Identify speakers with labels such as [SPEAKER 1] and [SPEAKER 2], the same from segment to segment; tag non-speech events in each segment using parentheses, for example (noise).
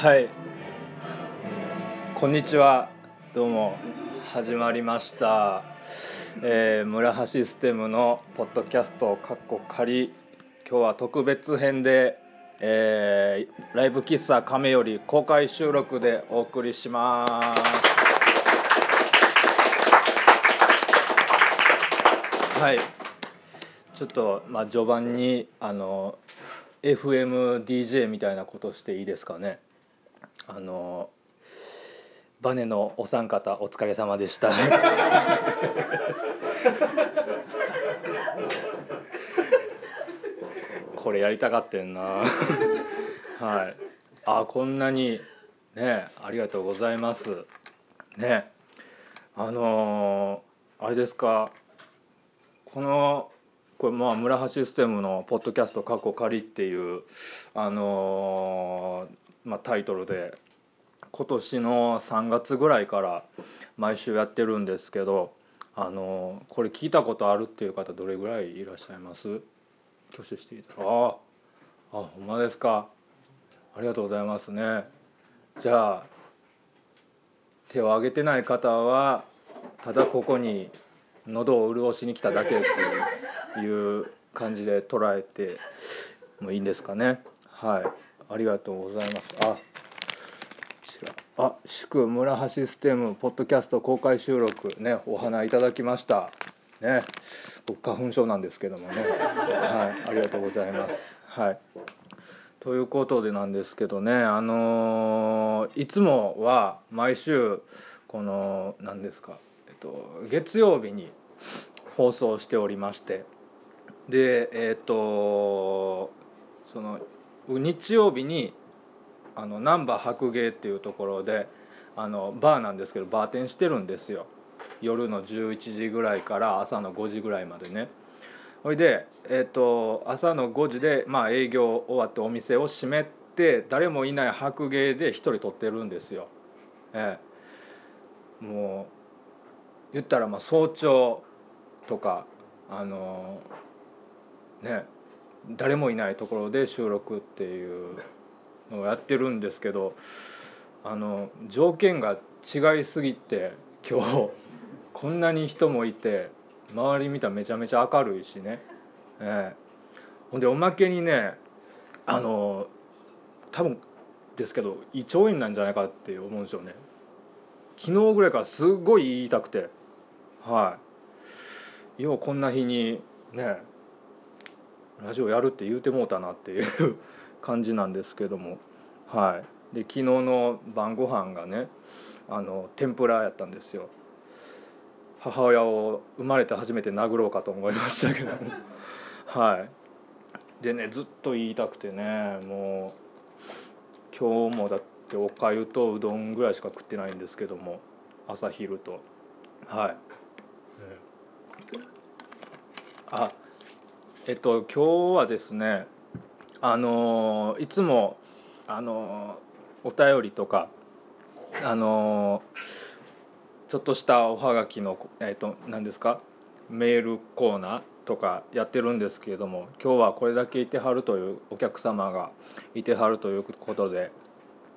[SPEAKER 1] はい。こんにちは。どうも始まりました。えー、村橋システムのポッドキャストカッコ仮。今日は特別編で、えーライブ喫茶亀より公開収録でお送りします。はい。ちょっとまあ序盤にあの FMDJ みたいなことしていいですかね。あのバネのお三方お疲れ様でした。これやりたかってんな。はい。あこんなにねありがとうございます。ねあのーあれですかこのこれまあ村橋システムの「ポッドキャスト過去仮」っていうあのーまあ、タイトルで今年の3月ぐらいから毎週やってるんですけど、あのーこれ聞いたことあるっていう方どれぐらいいらっしゃいます挙手していただあああほんまですかありがとうございますねじゃあ手を挙げてない方はただここに喉を潤しに来ただけっていう感じで捉えてもいいんですかねはいありがとうございますあこちらあ祝村橋システムポッドキャスト公開収録ねお花いただきましたね僕花粉症なんですけどもねはいありがとうございますはいということでなんですけどね、あのーいつもは毎週この何ですか、えっと、月曜日に放送しておりましてでえっとその日曜日にあの難波白芸っていうところであのバーなんですけどバーテンしてるんですよ夜の11時ぐらいから朝の5時ぐらいまでね。ほいで、えっと朝の5時で、まあ、営業終わってお店を閉めて誰もいない白芸で一人撮ってるんですよ、ええ、もう言ったらまあ早朝とかあのね誰もいないところで収録っていうのをやってるんですけどあの条件が違いすぎて今日こんなに人もいて周り見たらめちゃめちゃ明るいしね、ええほんでおまけにねあの多分ですけど胃腸炎なんじゃないかって思うんですよね昨日ぐらいからすごい言いたくてはいようこんな日にねラジオやるって言うてもうたなっていう感じなんですけどもはいで昨日の晩ご飯がねあの天ぷらやったんですよ母親を生まれて初めて殴ろうかと思いましたけどもはいでねずっと言いたくてねもう今日もだっておかゆとうどんぐらいしか食ってないんですけども朝昼とはい、ねあえっと今日はですねあのーいつもあのーお便りとかあのーちょっとしたおはがきの、えっと何ですかメールコーナーとかやってるんですけれども今日はこれだけいてはるというお客様がいてはるということで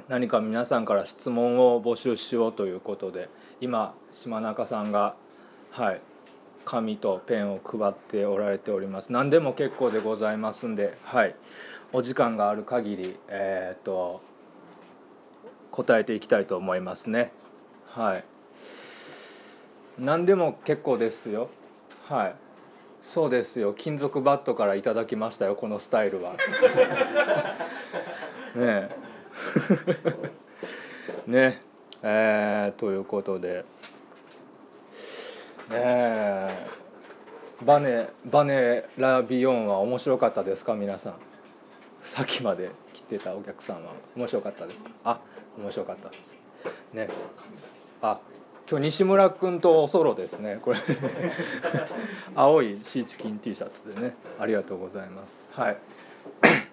[SPEAKER 1] 何か皆さんから質問を募集しようということで今島中さんがはい紙とペンを配っておられております何でも結構でございますんではいお時間がある限りえっ、と答えていきたいと思いますねはい何でも結構ですよはいそうですよ金属バットからいただきましたよこのスタイルは (laughs) ねえ (laughs) ねえーということでねえバネバネラビオンは面白かったですか皆さんさっきまで来てたお客さんは面白かったですかあ面白かったですねあ今日西村君とおソロですねこれ青いシーチキン T シャツでねありがとうございますはい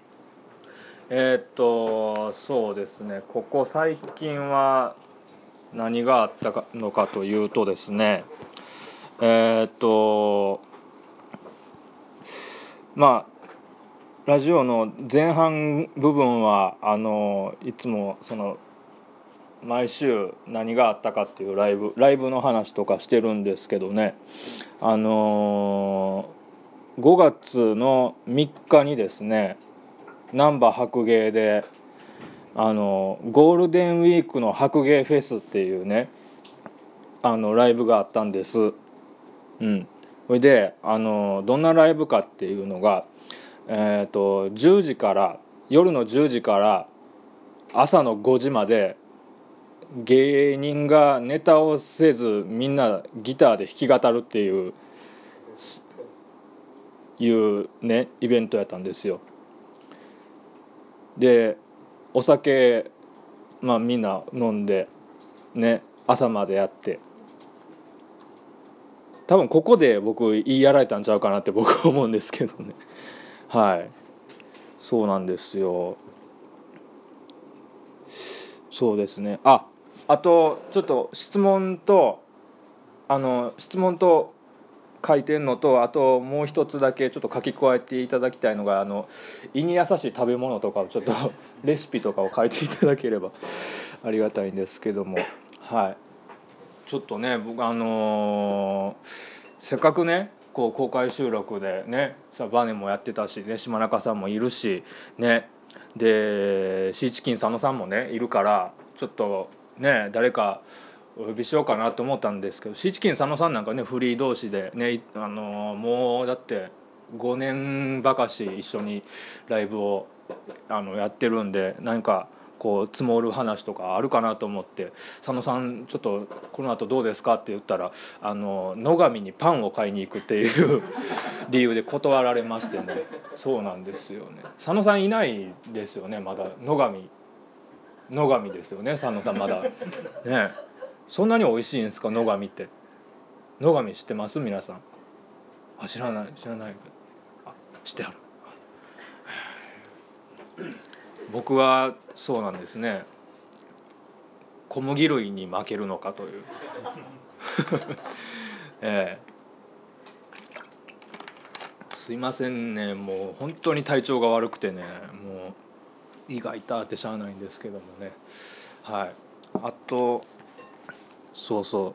[SPEAKER 1] (coughs) えーっとそうですねここ最近は何があったかのかというとですねえーっとまあラジオの前半部分はあのいつもその毎週何があったかっていうライブライブの話とかしてるんですけどねあのー5月の3日にですね難波白芸であのゴールデンウィークの白芸フェスっていうねあのライブがあったんですうんそれであのどんなライブかっていうのがえっ、と10時から夜の10時から朝の5時まで芸人がネタをせずみんなギターで弾き語るっていういうねイベントやったんですよでお酒まあみんな飲んでね朝までやって多分ここで僕言いやられたんちゃうかなって僕は思うんですけどねはいそうなんですよそうですねああとちょっと質問とあの質問と書いてんのとあともう一つだけちょっと書き加えていただきたいのがあの胃に優しい食べ物とかをちょっとレシピとかを書いていただければありがたいんですけどもはいちょっとね僕あのーせっかくねこう公開収録でねさバネもやってたしね島中さんもいるしねでシーチキン佐野さんもねいるからちょっとね誰かお呼びしようかなと思ったんですけどシーチキン佐野さんなんかねフリー同士でねいあのーもうだって5年ばかし一緒にライブをあのやってるんで何かこう積もる話とかあるかなと思って「佐野さんちょっとこの後どうですか?」って言ったらあの野上にパンを買いに行くっていう理由で断られましてねそうなんですよね佐野さんいないですよねまだ野上野上ですよね佐野さんまだねえそんなに美味しいんですか野上って野上知ってます皆さんあ知らない知らないあ知ってはる僕はそうなんですね小麦類に負けるのかという (laughs) ええすいませんねもう本当に体調が悪くてねもう胃が痛ってしゃあないんですけどもねはいあとそうそう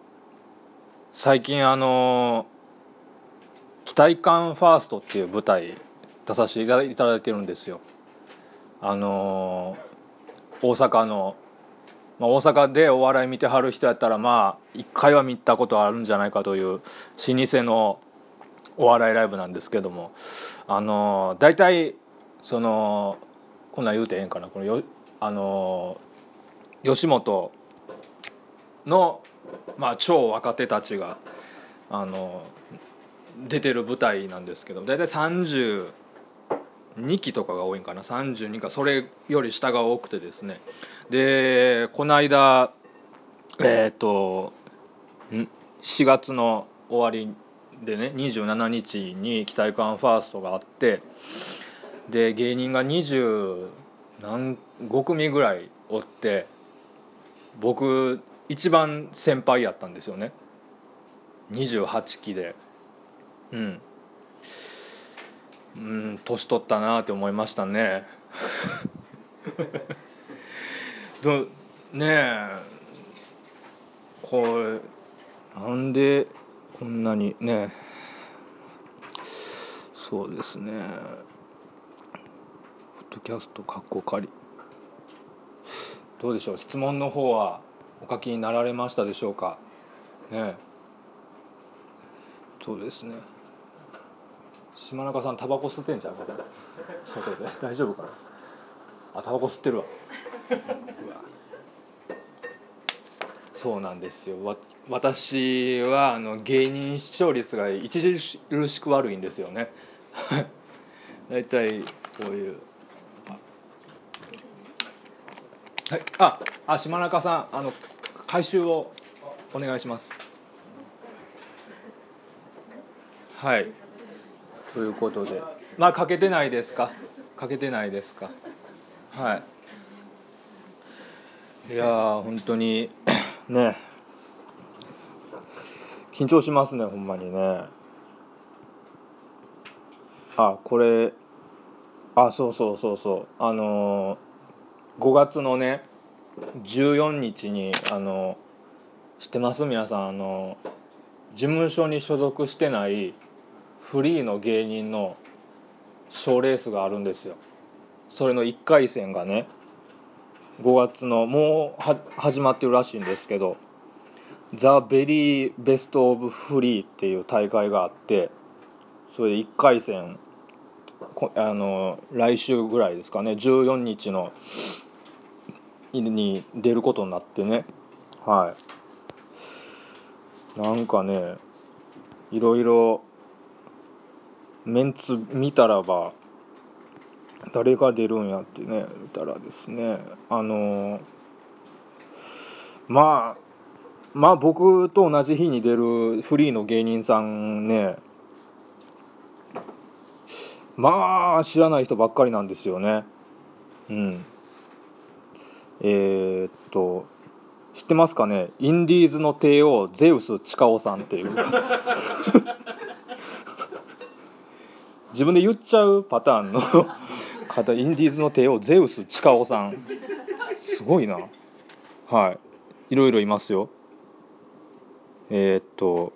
[SPEAKER 1] 最近あの期待感ファーストっていう舞台出させていただいただいてるんですよあのー大阪の、まあ、大阪でお笑い見てはる人やったらまあ一回は見たことあるんじゃないかという老舗のお笑いライブなんですけどもあのー大体そのこんなん言うてええんかなこのよあのー吉本の、まあ、超若手たちがあのー出てる舞台なんですけど大体30。2期とかが多いんかな32かそれより下が多くてですねでこの間えっ、とん4月の終わりでね27日に期待感ファーストがあってで芸人が20何5組ぐらいおって僕一番先輩やったんですよね28期でうんうん年取ったなって思いましたね (laughs) どねえこれなんでこんなにねそうですねフットキャストかっこかりどうでしょう質問の方はお書きになられましたでしょうかねえそうですね島中さんタバコ吸ってんじゃんここで外で大丈夫かなあタバコ吸ってるわうわそうなんですよわ私はあの芸人視聴率が著しく悪いんですよね (laughs) はい大体こういうはいああ島中さんあの回収をお願いしますはいということでまあ欠けてないですか欠けてないですかはいいやー本当にね緊張しますねほんまにねあこれあそうそうそうそうあのー、5月のね14日にあの知ってます皆さんあの事務所に所属してないフリーの芸人の賞レースがあるんですよそれの1回戦がね5月のもうは始まってるらしいんですけど「ザ・ベリー・ベスト・オブ・フリー」っていう大会があってそれで1回戦こあの来週ぐらいですかね14日のに出ることになってねはいなんかねいろいろメンツ見たらば誰が出るんやってね見たらですねあのまあまあ僕と同じ日に出るフリーの芸人さんねまあ知らない人ばっかりなんですよねうんえー、っと知ってますかねインディーズの帝王ゼウス・チカオさんっていう (laughs) 自分で言っちゃうパターンの方インディーズの帝王ゼウス・チカオさんすごいなはいいろいろいますよえー、っと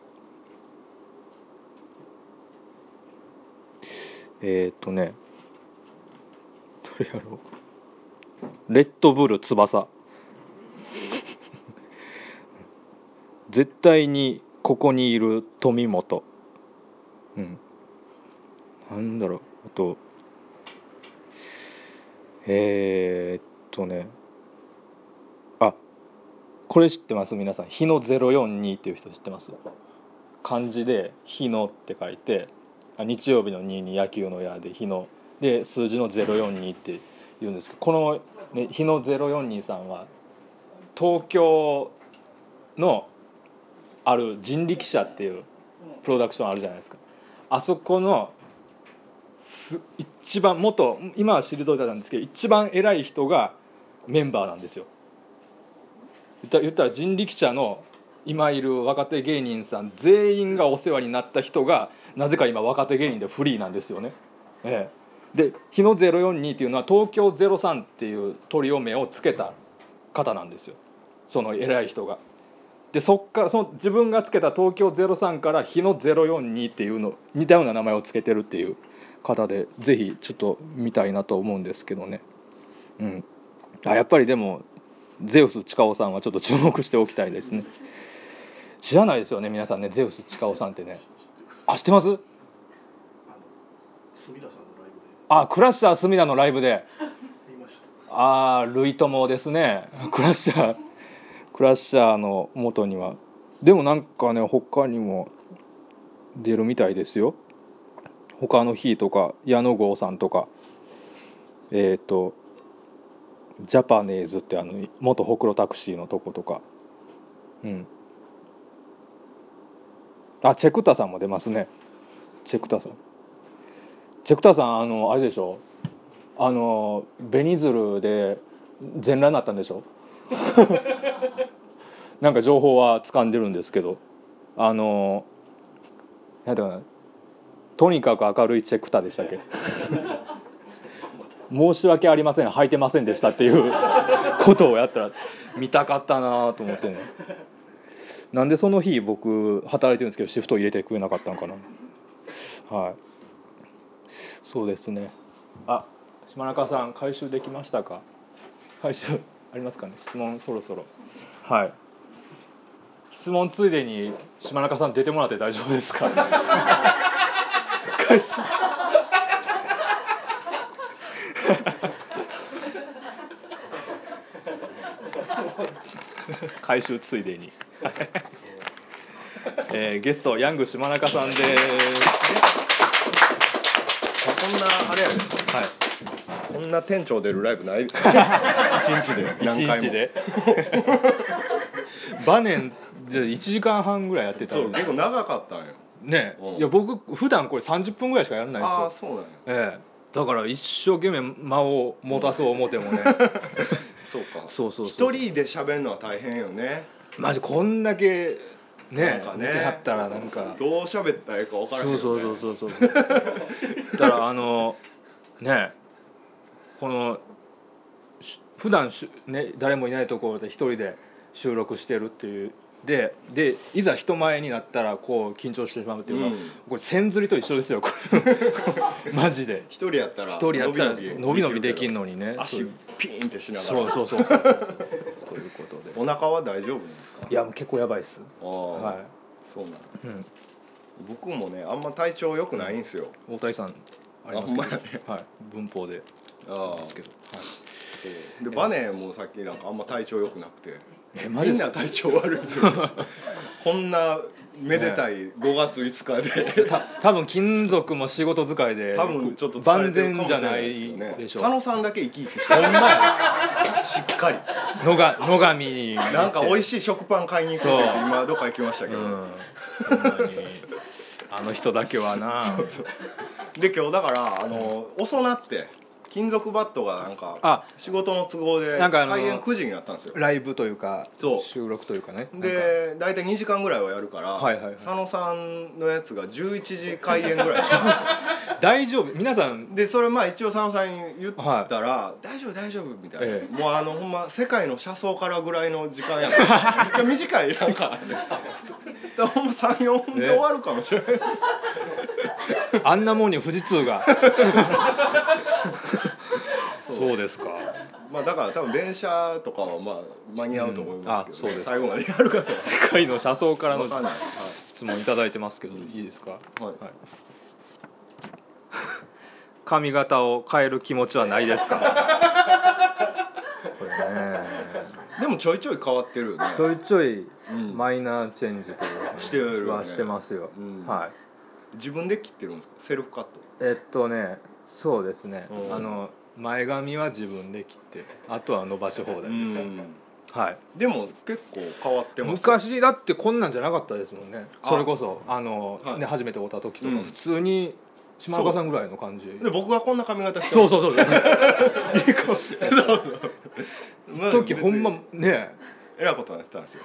[SPEAKER 1] えー、っとねどれやろうレッドブル翼 (laughs) 絶対にここにいる富本うんなんだろうあとえー、っとねあこれ知ってます皆さん「日の042」っていう人知ってます漢字で「日の」って書いてあ日曜日の2に野球の「や」で「日の」で数字の042って言うんですけどこのね、日野042さんは東京のある人力車っていうプロダクションあるじゃないですかあそこのす一番元今は退いたんですけど一番偉い人がメンバーなんですよ言った言ったら人力車の今いる若手芸人さん全員がお世話になった人がなぜか今若手芸人でフリーなんですよねええで日野042っていうのは東京03っていう鳥を目をつけた方なんですよその偉い人が。でそっからその自分がつけた東京03から日野042っていうの似たような名前をつけてるっていう方でぜひちょっと見たいなと思うんですけどね。うん、あやっぱりでもゼウスチカオさんはちょっと注目しておきたいですね。知らないですよね皆さんねゼウスチカオさんってね。あ知ってますあクラッシャー隅田のライブでああルイ友ですね (laughs) クラッシャークラッシャーの元にはでもなんかね他にも出るみたいですよ他の日とか矢野郷さんとかえっ、ー、とジャパネーズってあの元ほくろタクシーのとことかうんあチェクタさんも出ますねチェクタさんチェクタさんあのあれでしょあの紅鶴で全裸になったんでしょ (laughs) なんか情報は掴んでるんですけどあのなんていうかなとにかく明るいチェクタでしたっけ (laughs) 申し訳ありません履いてませんでしたっていうことをやったら見たかったなと思ってねなんでその日僕働いてるんですけどシフト入れてくれなかったのかなはいそうですね。あ、島中さん回収できましたか。回収ありますかね。質問そろそろ。はい。質問ついでに島中さん出てもらって大丈夫ですか会社回収ついでに、えーゲストヤング島中さんです
[SPEAKER 2] こんなあれやね
[SPEAKER 1] はい
[SPEAKER 2] こんな店長出るライブない一日で何回も
[SPEAKER 1] 一日で (laughs) バネンで1時間半ぐらいやってた
[SPEAKER 2] そう結構長かったんよ
[SPEAKER 1] ねえ、
[SPEAKER 2] うん
[SPEAKER 1] いや僕普段これ30分ぐらいしかやらないんです
[SPEAKER 2] あ
[SPEAKER 1] よ
[SPEAKER 2] あそうなんや
[SPEAKER 1] ええだから一生懸命間を持たそう思って
[SPEAKER 2] (laughs)
[SPEAKER 1] もね、
[SPEAKER 2] (laughs) そうか
[SPEAKER 1] そうそうそ
[SPEAKER 2] 一
[SPEAKER 1] う
[SPEAKER 2] 人で喋るのは大変よね
[SPEAKER 1] マジこんだけね
[SPEAKER 2] なんか
[SPEAKER 1] 見て
[SPEAKER 2] ね
[SPEAKER 1] はったらなんか
[SPEAKER 2] どう喋ったらいいか分からへん
[SPEAKER 1] そ
[SPEAKER 2] よ
[SPEAKER 1] う
[SPEAKER 2] ね
[SPEAKER 1] そうそうそうそうだからあのねこのし普段しね誰もいないところで一人で収録してるっていうででいざ人前になったらこう緊張してしまうっていうか、
[SPEAKER 2] うん
[SPEAKER 1] これ線ずりと一緒ですよこ
[SPEAKER 2] (laughs)
[SPEAKER 1] れマジで
[SPEAKER 2] 一人やったら
[SPEAKER 1] 一人やったら伸び伸びでき
[SPEAKER 2] る
[SPEAKER 1] んのに
[SPEAKER 2] け
[SPEAKER 1] ね
[SPEAKER 2] ど足ピーンってしなが
[SPEAKER 1] そう
[SPEAKER 2] ら
[SPEAKER 1] そうそうそうそうそうそうということで
[SPEAKER 2] お腹は大丈夫ですか
[SPEAKER 1] いやもう結構やばいっす
[SPEAKER 2] あー
[SPEAKER 1] は
[SPEAKER 2] そうなん
[SPEAKER 1] い、うん、
[SPEAKER 2] 僕もねあんま体調良くないんすよ
[SPEAKER 1] 大谷さんあります
[SPEAKER 2] あほんま
[SPEAKER 1] け
[SPEAKER 2] や
[SPEAKER 1] ど、
[SPEAKER 2] ね
[SPEAKER 1] はい、文法で
[SPEAKER 2] あ
[SPEAKER 1] ですけど、はい
[SPEAKER 2] あでバネもさっきなんかあんま体調良くなくて
[SPEAKER 1] えマ
[SPEAKER 2] み
[SPEAKER 1] ジ
[SPEAKER 2] ん
[SPEAKER 1] で
[SPEAKER 2] な体調悪いです
[SPEAKER 1] (laughs)
[SPEAKER 2] よこんなめでたい5月5日で
[SPEAKER 1] た多分金属も仕事使いで
[SPEAKER 2] (laughs) 多分ちょっと疲れ
[SPEAKER 1] 万
[SPEAKER 2] てるかも
[SPEAKER 1] 全
[SPEAKER 2] し
[SPEAKER 1] じゃ
[SPEAKER 2] れな
[SPEAKER 1] ないいで
[SPEAKER 2] です
[SPEAKER 1] し
[SPEAKER 2] け
[SPEAKER 1] ょ
[SPEAKER 2] どね
[SPEAKER 1] う
[SPEAKER 2] 佐野さんだけ生き生きして
[SPEAKER 1] ほん
[SPEAKER 2] る
[SPEAKER 1] まや
[SPEAKER 2] しっかり
[SPEAKER 1] 野が野上に
[SPEAKER 2] なんか美味
[SPEAKER 1] い、
[SPEAKER 2] しい食パン買いに行くって言って今どっか行きました
[SPEAKER 1] うん、
[SPEAKER 2] けど、
[SPEAKER 1] ほんまにあの人だけはな
[SPEAKER 2] で今日だからあの遅なって金属バットがなんか
[SPEAKER 1] あ
[SPEAKER 2] 仕事の都合で
[SPEAKER 1] なんかあの
[SPEAKER 2] 開演9時になったんですよ
[SPEAKER 1] ライブというか
[SPEAKER 2] そう
[SPEAKER 1] 収録というかねなんか
[SPEAKER 2] で大体2時間ぐらいはやるから、
[SPEAKER 1] はいはいはい
[SPEAKER 2] 佐野さんのやつが11時開演ぐらいでしょ
[SPEAKER 1] 大丈夫皆さん
[SPEAKER 2] (laughs) でそれまあ一応佐野さんに言ったら「大丈夫大丈夫」みたいな、
[SPEAKER 1] ええ
[SPEAKER 2] もうあのほんま世界の車窓からぐらいの時間やからめっちゃ短いなん
[SPEAKER 1] (laughs)
[SPEAKER 2] かほんま34分で終わるかもしれない、
[SPEAKER 1] あんなもんに富士通
[SPEAKER 2] (laughs)
[SPEAKER 1] が (laughs) そうですか
[SPEAKER 2] まあだから多分電車とかはまあ間に合うと思いますけど、ね
[SPEAKER 1] うんあそうです
[SPEAKER 2] 最後までや
[SPEAKER 1] (laughs)
[SPEAKER 2] るかとは
[SPEAKER 1] 世界の車窓からの
[SPEAKER 2] 分かんない、はい
[SPEAKER 1] 質問いただいてますけどいいですか
[SPEAKER 2] はい
[SPEAKER 1] はい、 (laughs) 髪型を変える気持ちはないですかこれね
[SPEAKER 2] でもちょいちょい変わってるよね
[SPEAKER 1] ちょいちょい
[SPEAKER 2] うん
[SPEAKER 1] マイナーチェンジというか
[SPEAKER 2] してるよね
[SPEAKER 1] はしてますよ、
[SPEAKER 2] うん
[SPEAKER 1] はい
[SPEAKER 2] 自分で切ってるんですかセルフカット
[SPEAKER 1] えっとねそうですね
[SPEAKER 2] うん
[SPEAKER 1] あの前髪は自分で切ってあとは伸ばし放題です、
[SPEAKER 2] うん
[SPEAKER 1] はい
[SPEAKER 2] でも結構変わってます
[SPEAKER 1] 昔だってこんなんじゃなかったですもんね
[SPEAKER 2] あ
[SPEAKER 1] それこそあの、
[SPEAKER 2] はい
[SPEAKER 1] ね、初めて会った時とか
[SPEAKER 2] うん
[SPEAKER 1] 普通に島岡さんぐらいの感じ
[SPEAKER 2] で僕がこんな髪型して
[SPEAKER 1] そう
[SPEAKER 2] う (laughs)
[SPEAKER 1] そうそうそう
[SPEAKER 2] まあ
[SPEAKER 1] 時ほんま
[SPEAKER 2] 別に
[SPEAKER 1] ね
[SPEAKER 2] えらいことになってたんですよ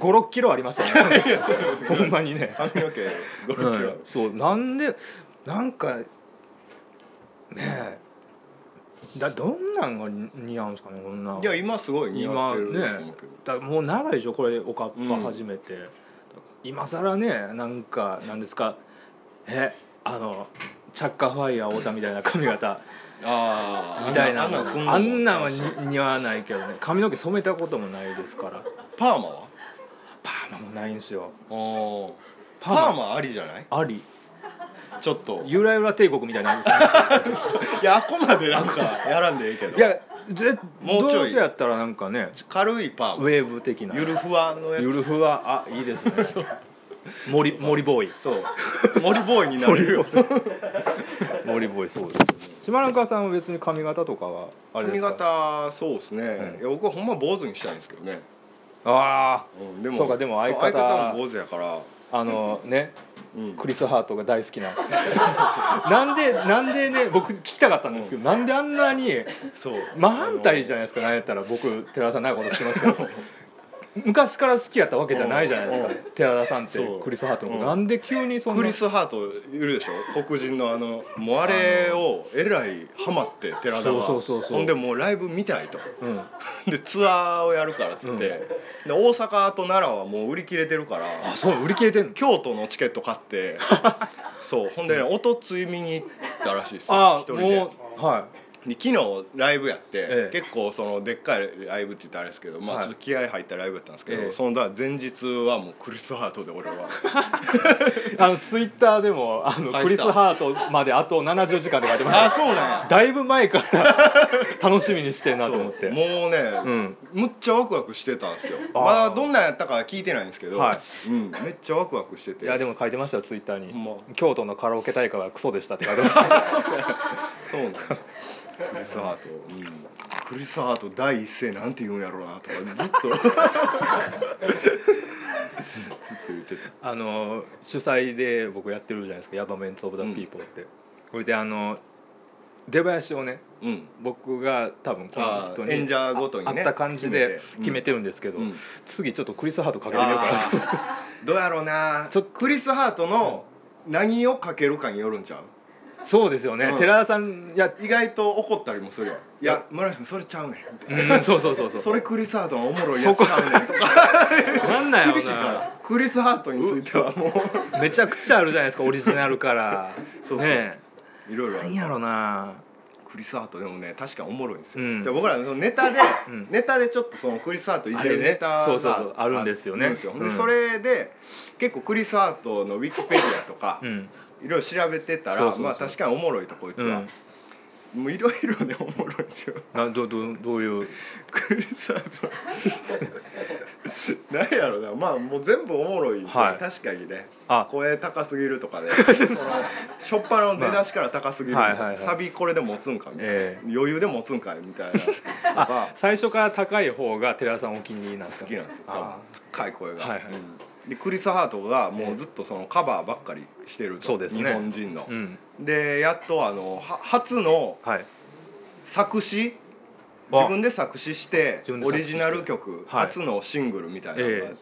[SPEAKER 1] 56キロありました
[SPEAKER 2] (laughs)
[SPEAKER 1] ねほんまにね、
[SPEAKER 2] 髪の毛ゴルフ
[SPEAKER 1] うんそうなんでなんかねえだどんなんが似合うんですかねこんない
[SPEAKER 2] や今すごい似合
[SPEAKER 1] 今
[SPEAKER 2] ってると思
[SPEAKER 1] ね
[SPEAKER 2] うけど、
[SPEAKER 1] だもう長いでしょこれおかっぱ
[SPEAKER 2] うん
[SPEAKER 1] 初めて、今更ねなんかなんですかえあのチャッカーファイヤー太田みたいな髪型
[SPEAKER 2] ああ
[SPEAKER 1] みたいな
[SPEAKER 2] あんなんすんの
[SPEAKER 1] あんなんはに似合わないけどね髪の毛染めたこともないですから
[SPEAKER 2] パーマは
[SPEAKER 1] パーマもないんですよ
[SPEAKER 2] お
[SPEAKER 1] パ
[SPEAKER 2] パ
[SPEAKER 1] ー
[SPEAKER 2] ー
[SPEAKER 1] マ
[SPEAKER 2] マありじゃない
[SPEAKER 1] あり
[SPEAKER 2] ちょっと
[SPEAKER 1] ゆらゆら帝国みたい
[SPEAKER 2] (laughs)
[SPEAKER 1] な
[SPEAKER 2] いやあくまでなんかやらんでいいけど
[SPEAKER 1] いやぜ
[SPEAKER 2] もうちょい
[SPEAKER 1] どうせやったらなんかね
[SPEAKER 2] 軽いパー
[SPEAKER 1] ウ
[SPEAKER 2] マ
[SPEAKER 1] ェーブ的な
[SPEAKER 2] ゆるふわのやつ
[SPEAKER 1] ゆるふわあいいです
[SPEAKER 2] (laughs)
[SPEAKER 1] ね森森ボーイ
[SPEAKER 2] そう森ボーイになれるよ (laughs)
[SPEAKER 1] 森ボーイそうです島中さんは別に髪型とかはあれで
[SPEAKER 2] 髪
[SPEAKER 1] すか
[SPEAKER 2] 型そうですね、
[SPEAKER 1] ん
[SPEAKER 2] いや僕はほんま坊主にしたいんですけどね、
[SPEAKER 1] あ
[SPEAKER 2] うん、でも
[SPEAKER 1] そうかでも相方
[SPEAKER 2] そう相方も坊主やから、
[SPEAKER 1] ああのね
[SPEAKER 2] うん、
[SPEAKER 1] クリス・ハートが大好きな (laughs) なんでなんでね僕聞きたかったんですけど、なんであんなに
[SPEAKER 2] そう
[SPEAKER 1] 真反対じゃ
[SPEAKER 2] ない
[SPEAKER 1] ないですかなんやったら僕寺田さんないことしてますけど (laughs) 昔から好きやったわけじゃないじゃないですか
[SPEAKER 2] うん
[SPEAKER 1] 寺田さんって
[SPEAKER 2] そう
[SPEAKER 1] クリス・ハートのこと
[SPEAKER 2] うん
[SPEAKER 1] なんで急にそんな
[SPEAKER 2] クリス・ハートいるでしょ黒人のあのもうあれをえらいハマって寺田は
[SPEAKER 1] そうそうそうそう
[SPEAKER 2] ほんでもうライブ見たいと
[SPEAKER 1] うん
[SPEAKER 2] でツアーをやるからっつって、
[SPEAKER 1] うん
[SPEAKER 2] で大阪と奈良はもう売り切れてるか
[SPEAKER 1] あ
[SPEAKER 2] ら
[SPEAKER 1] そう売り切れてんの
[SPEAKER 2] 京都のチケット買って
[SPEAKER 1] (laughs)
[SPEAKER 2] そうほんでねおとつい見に行ったらしいですよ
[SPEAKER 1] ああ
[SPEAKER 2] 一人で
[SPEAKER 1] もうは
[SPEAKER 2] で昨日ライブやって、
[SPEAKER 1] ええ
[SPEAKER 2] 結構そのでっかいライブって言ったらあれですけど、ま
[SPEAKER 1] は
[SPEAKER 2] あ、
[SPEAKER 1] い
[SPEAKER 2] ちょっと気合入ったライブやったんですけど、
[SPEAKER 1] ええ
[SPEAKER 2] そのだから前日はもうクリス・ハートで
[SPEAKER 1] (laughs)
[SPEAKER 2] 俺は
[SPEAKER 1] (laughs) あのツイッターでもあの
[SPEAKER 2] あ
[SPEAKER 1] クリス・ハートまであと70時間で書いてまし
[SPEAKER 2] あそうなん
[SPEAKER 1] ただ
[SPEAKER 2] や
[SPEAKER 1] いぶ前から楽しみにしてんなと思って
[SPEAKER 2] そうもうね、
[SPEAKER 1] うん
[SPEAKER 2] むっちゃワクワクしてたんですよ
[SPEAKER 1] あー
[SPEAKER 2] まだどんなんやったかは聞いてないんですけど、
[SPEAKER 1] はい
[SPEAKER 2] うん、めっちゃワクワクしてて
[SPEAKER 1] いやでも書いてましたよツイッターに、
[SPEAKER 2] ほんま
[SPEAKER 1] 京都のカラオケ大会はクソでしたって書いてました
[SPEAKER 2] (laughs) そうなの。クリスハート、クリスハート第一声なんて言うんやろうなとか
[SPEAKER 1] (laughs)
[SPEAKER 2] ずっとずっと言ってた。
[SPEAKER 1] あの主催で僕やってるじゃないですか「ヤバメンツ・オブ・ザ・ピーポー」って、これであの出囃子をね
[SPEAKER 2] うん。
[SPEAKER 1] 僕が多分この人に
[SPEAKER 2] あ演者ごとにね
[SPEAKER 1] ああった感じで決めてるんですけど、
[SPEAKER 2] うん
[SPEAKER 1] 次ちょっとクリス・ハートかけてみようかなと思って
[SPEAKER 2] あー (laughs) どうやろうな。
[SPEAKER 1] ちょっ
[SPEAKER 2] クリスハートの何をかけるかによるんちゃう。
[SPEAKER 1] (laughs) そうですよね、
[SPEAKER 2] うん
[SPEAKER 1] 寺田さんや
[SPEAKER 2] 意外と怒ったりもするよ。いや村瀬君それちゃうねんみた
[SPEAKER 1] う
[SPEAKER 2] いな。
[SPEAKER 1] んそうそうそうそう
[SPEAKER 2] (laughs) それクリスハートのおもろいやつちゃうねんとか
[SPEAKER 1] なんなんや
[SPEAKER 2] 厳しいからクリスハートについては
[SPEAKER 1] (laughs)
[SPEAKER 2] もう
[SPEAKER 1] なめちゃくちゃあるじゃないですかオリジナルから
[SPEAKER 2] (laughs) そうそう
[SPEAKER 1] ね
[SPEAKER 2] いろい
[SPEAKER 1] え
[SPEAKER 2] ろある
[SPEAKER 1] 何やろな
[SPEAKER 2] クリス・ハートでもね確かおもろいんですよ、
[SPEAKER 1] うん
[SPEAKER 2] で僕らそのネタで、
[SPEAKER 1] うん
[SPEAKER 2] ネタでちょっとそのクリス・ハートいじる
[SPEAKER 1] あれね
[SPEAKER 2] ネタが
[SPEAKER 1] そうそうそうあるんですよね
[SPEAKER 2] あるんですよで
[SPEAKER 1] うん
[SPEAKER 2] それで結構クリス・ハートのウィキペディアとか、
[SPEAKER 1] うん
[SPEAKER 2] いろいろ調べてたら
[SPEAKER 1] そうそうそう
[SPEAKER 2] まあ確かにおもろいとこいつ
[SPEAKER 1] う
[SPEAKER 2] は
[SPEAKER 1] ん、
[SPEAKER 2] もういろいろねおもろいんですよ
[SPEAKER 1] などどどういう
[SPEAKER 2] クリス・ハート何や (laughs) ろうなまあもう全部おもろいんですよ、
[SPEAKER 1] はい
[SPEAKER 2] 確かにね
[SPEAKER 1] あ
[SPEAKER 2] 声高すぎるとか
[SPEAKER 1] (laughs)
[SPEAKER 2] ねその初っ端の出だしから高すぎる、
[SPEAKER 1] はいはいはい
[SPEAKER 2] サビこれで持つんかみたいな、
[SPEAKER 1] ええ
[SPEAKER 2] 余裕で持つんかいみたい
[SPEAKER 1] (laughs)
[SPEAKER 2] なの
[SPEAKER 1] (laughs) あ
[SPEAKER 2] が
[SPEAKER 1] 最初から高い方が寺田さんお気に入りなんですか
[SPEAKER 2] 好きなんですよ
[SPEAKER 1] あ
[SPEAKER 2] 高い声が、
[SPEAKER 1] はいはい
[SPEAKER 2] うんでクリス・ハートがもうずっとそのカバーばっかりしてると
[SPEAKER 1] そうですね
[SPEAKER 2] 日本人の
[SPEAKER 1] う、ん
[SPEAKER 2] でやっとあのは初の
[SPEAKER 1] はい
[SPEAKER 2] 作詞
[SPEAKER 1] あ
[SPEAKER 2] 自分で作詞して
[SPEAKER 1] 自分で
[SPEAKER 2] オ
[SPEAKER 1] 作詞
[SPEAKER 2] リ
[SPEAKER 1] して
[SPEAKER 2] ジナル曲、
[SPEAKER 1] はい
[SPEAKER 2] 初のシングルみたいなのが
[SPEAKER 1] え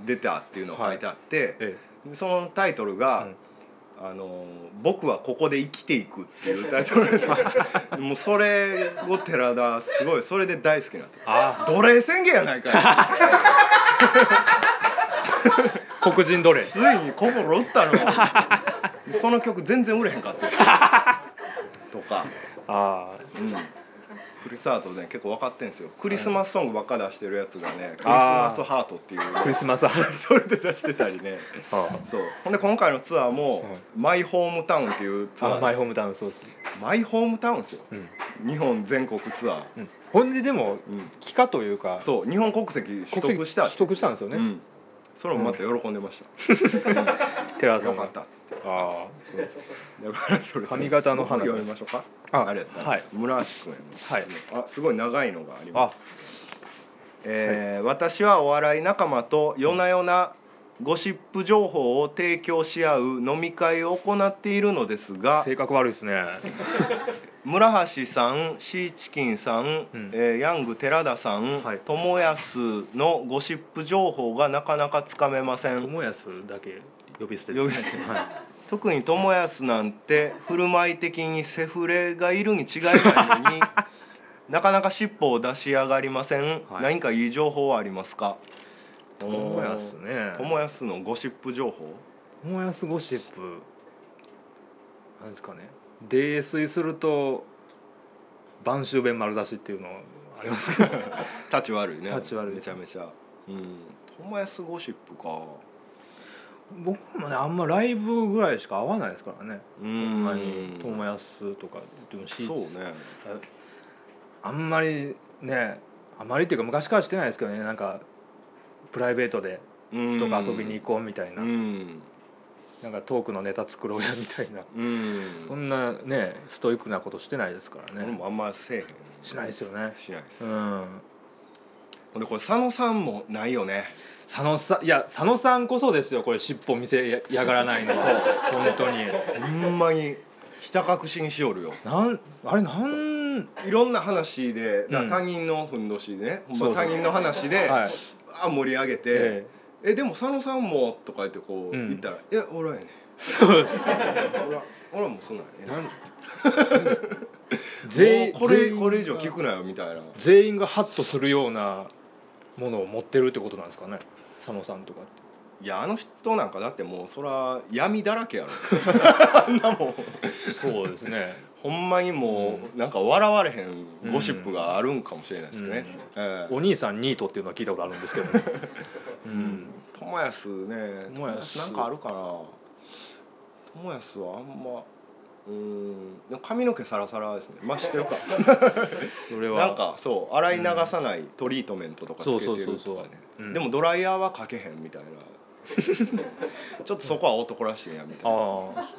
[SPEAKER 2] 出たっていうのが書いてあって、
[SPEAKER 1] え
[SPEAKER 2] でそのタイトル
[SPEAKER 1] え
[SPEAKER 2] が、あの「僕はここで生きていく」っていうタイトルです
[SPEAKER 1] (laughs)
[SPEAKER 2] もうそれを寺田すごいそれで大好きになって
[SPEAKER 1] あ
[SPEAKER 2] 奴隷宣言やないかい
[SPEAKER 1] 黒人 (laughs)
[SPEAKER 2] (laughs)
[SPEAKER 1] 奴隷
[SPEAKER 2] ついに心打った
[SPEAKER 1] (laughs)
[SPEAKER 2] のその曲全然売れへんかったしとか、
[SPEAKER 1] あ
[SPEAKER 2] うん、クリスハートね結構分かってんですよクリスマスソングばっか出してるやつがねクリス
[SPEAKER 1] あー
[SPEAKER 2] マスハートっていうの
[SPEAKER 1] あ
[SPEAKER 2] を
[SPEAKER 1] クリスマスハー
[SPEAKER 2] (laughs) それで出してたりね
[SPEAKER 1] ト
[SPEAKER 2] そうほんで今回のツアーも
[SPEAKER 1] はい
[SPEAKER 2] 「マイホームタウン」っていうツア
[SPEAKER 1] あ
[SPEAKER 2] ー
[SPEAKER 1] マイホームタウンそうです
[SPEAKER 2] マイホームタウンですよ
[SPEAKER 1] うん
[SPEAKER 2] 日本全国ツアー、
[SPEAKER 1] うんほんででも帰化というか
[SPEAKER 2] そう日本国籍取得した
[SPEAKER 1] 取得したんですよね、 (laughs)
[SPEAKER 2] うん、それもまた喜んでました、
[SPEAKER 1] 寺田さ
[SPEAKER 2] よ
[SPEAKER 1] んが
[SPEAKER 2] かったっつって
[SPEAKER 1] あ
[SPEAKER 2] だからそれ
[SPEAKER 1] 髪型の花
[SPEAKER 2] 僕読みましょうか
[SPEAKER 1] あ
[SPEAKER 2] れやったら
[SPEAKER 1] はい
[SPEAKER 2] 村橋君やね
[SPEAKER 1] はい
[SPEAKER 2] あすごい長いのがあり
[SPEAKER 1] あ
[SPEAKER 2] ますえー私はお笑い仲間と夜な夜なゴシップ情報を提供し合う飲み会を行っているのですが
[SPEAKER 1] 性格悪いですね
[SPEAKER 2] 村橋さんシーチキンさん、
[SPEAKER 1] うん
[SPEAKER 2] えーヤング寺田さん
[SPEAKER 1] はい
[SPEAKER 2] 友安、のゴシップ情報がなかなかつかめません
[SPEAKER 1] 友安だけ呼び捨てですね
[SPEAKER 2] 呼び捨て
[SPEAKER 1] は
[SPEAKER 2] 特に友安なんて振る舞い的にセフレがいるに違いないのになかなか尻尾を出し上がりません、
[SPEAKER 1] はい
[SPEAKER 2] 何かいい情報はありますか
[SPEAKER 1] い友安ね
[SPEAKER 2] 友安のゴシップ
[SPEAKER 1] (laughs)
[SPEAKER 2] 情報
[SPEAKER 1] 友安ゴシップなんですかね泥酔すると晩秋弁丸出しっていうのありますけど
[SPEAKER 2] 立ち悪いね
[SPEAKER 1] 立ち悪い
[SPEAKER 2] めちゃめちゃうん友安ゴシップか
[SPEAKER 1] 僕もねあんまライブぐらいしか会わないですからね
[SPEAKER 2] う
[SPEAKER 1] ほんまに
[SPEAKER 2] ん
[SPEAKER 1] 友安とかでもし
[SPEAKER 2] そうね
[SPEAKER 1] あんまりねあまりっていうか昔からしてないですけどねなんかプライベートで
[SPEAKER 2] と
[SPEAKER 1] とか遊びに行こうみたいな、
[SPEAKER 2] うん
[SPEAKER 1] なんかトークのネタ作ろうやみたいな、
[SPEAKER 2] うん
[SPEAKER 1] そんなねストイックなことしてないですから
[SPEAKER 2] 俺
[SPEAKER 1] ね
[SPEAKER 2] もあんませえへん
[SPEAKER 1] しないですよね
[SPEAKER 2] しない
[SPEAKER 1] うん
[SPEAKER 2] ほんでこれ佐野さんもないよね
[SPEAKER 1] 佐野さんいや佐野さんこそですよこれ尻尾見せやがらないのは本当に
[SPEAKER 2] ほんまにひた隠しにしおるよ
[SPEAKER 1] なんあれなん (laughs)
[SPEAKER 2] いろんな話で、
[SPEAKER 1] うん
[SPEAKER 2] 他人のふんどしでね、ほんま
[SPEAKER 1] そうそう
[SPEAKER 2] 他人の話で、
[SPEAKER 1] はい
[SPEAKER 2] あ盛り上げて、
[SPEAKER 1] え
[SPEAKER 2] えでも佐野さんもとか言ってこう
[SPEAKER 1] うん
[SPEAKER 2] 言ったら「いや
[SPEAKER 1] (laughs)
[SPEAKER 2] 俺はやね俺は俺はもうそんなん
[SPEAKER 1] え
[SPEAKER 2] やね
[SPEAKER 1] なん
[SPEAKER 2] (laughs) 全員
[SPEAKER 1] 全員
[SPEAKER 2] これ
[SPEAKER 1] 全員
[SPEAKER 2] これ以上聞くなよ」みたいな
[SPEAKER 1] 全員がハッとするようなものを持ってるってことなんですかね佐野さんとかって
[SPEAKER 2] いやあの
[SPEAKER 1] (laughs)
[SPEAKER 2] 人なんかだってもうそら闇だらけやろあんなもん
[SPEAKER 1] そうですね
[SPEAKER 2] ほんまにも
[SPEAKER 1] う
[SPEAKER 2] う、なんか笑われへんゴシップがあるんかもしれないですね。ええ
[SPEAKER 1] お兄さんニートっていうのは聞いたことあるんですけど
[SPEAKER 2] (laughs)
[SPEAKER 1] ね、うん、
[SPEAKER 2] トモヤスね
[SPEAKER 1] トモヤス
[SPEAKER 2] なんかあるかなトモヤスはあんまうーんでも髪の毛サラサラですねまあ知ってるか
[SPEAKER 1] (laughs) それは
[SPEAKER 2] なんかそう洗い流さないトリートメントとかつけて
[SPEAKER 1] そう
[SPEAKER 2] る
[SPEAKER 1] そう
[SPEAKER 2] と
[SPEAKER 1] そう
[SPEAKER 2] か
[SPEAKER 1] そう
[SPEAKER 2] ね
[SPEAKER 1] うん
[SPEAKER 2] でもドライヤーはかけへんみ
[SPEAKER 1] (laughs)
[SPEAKER 2] たいなちょっとそこは男らしいやみたいな
[SPEAKER 1] ああ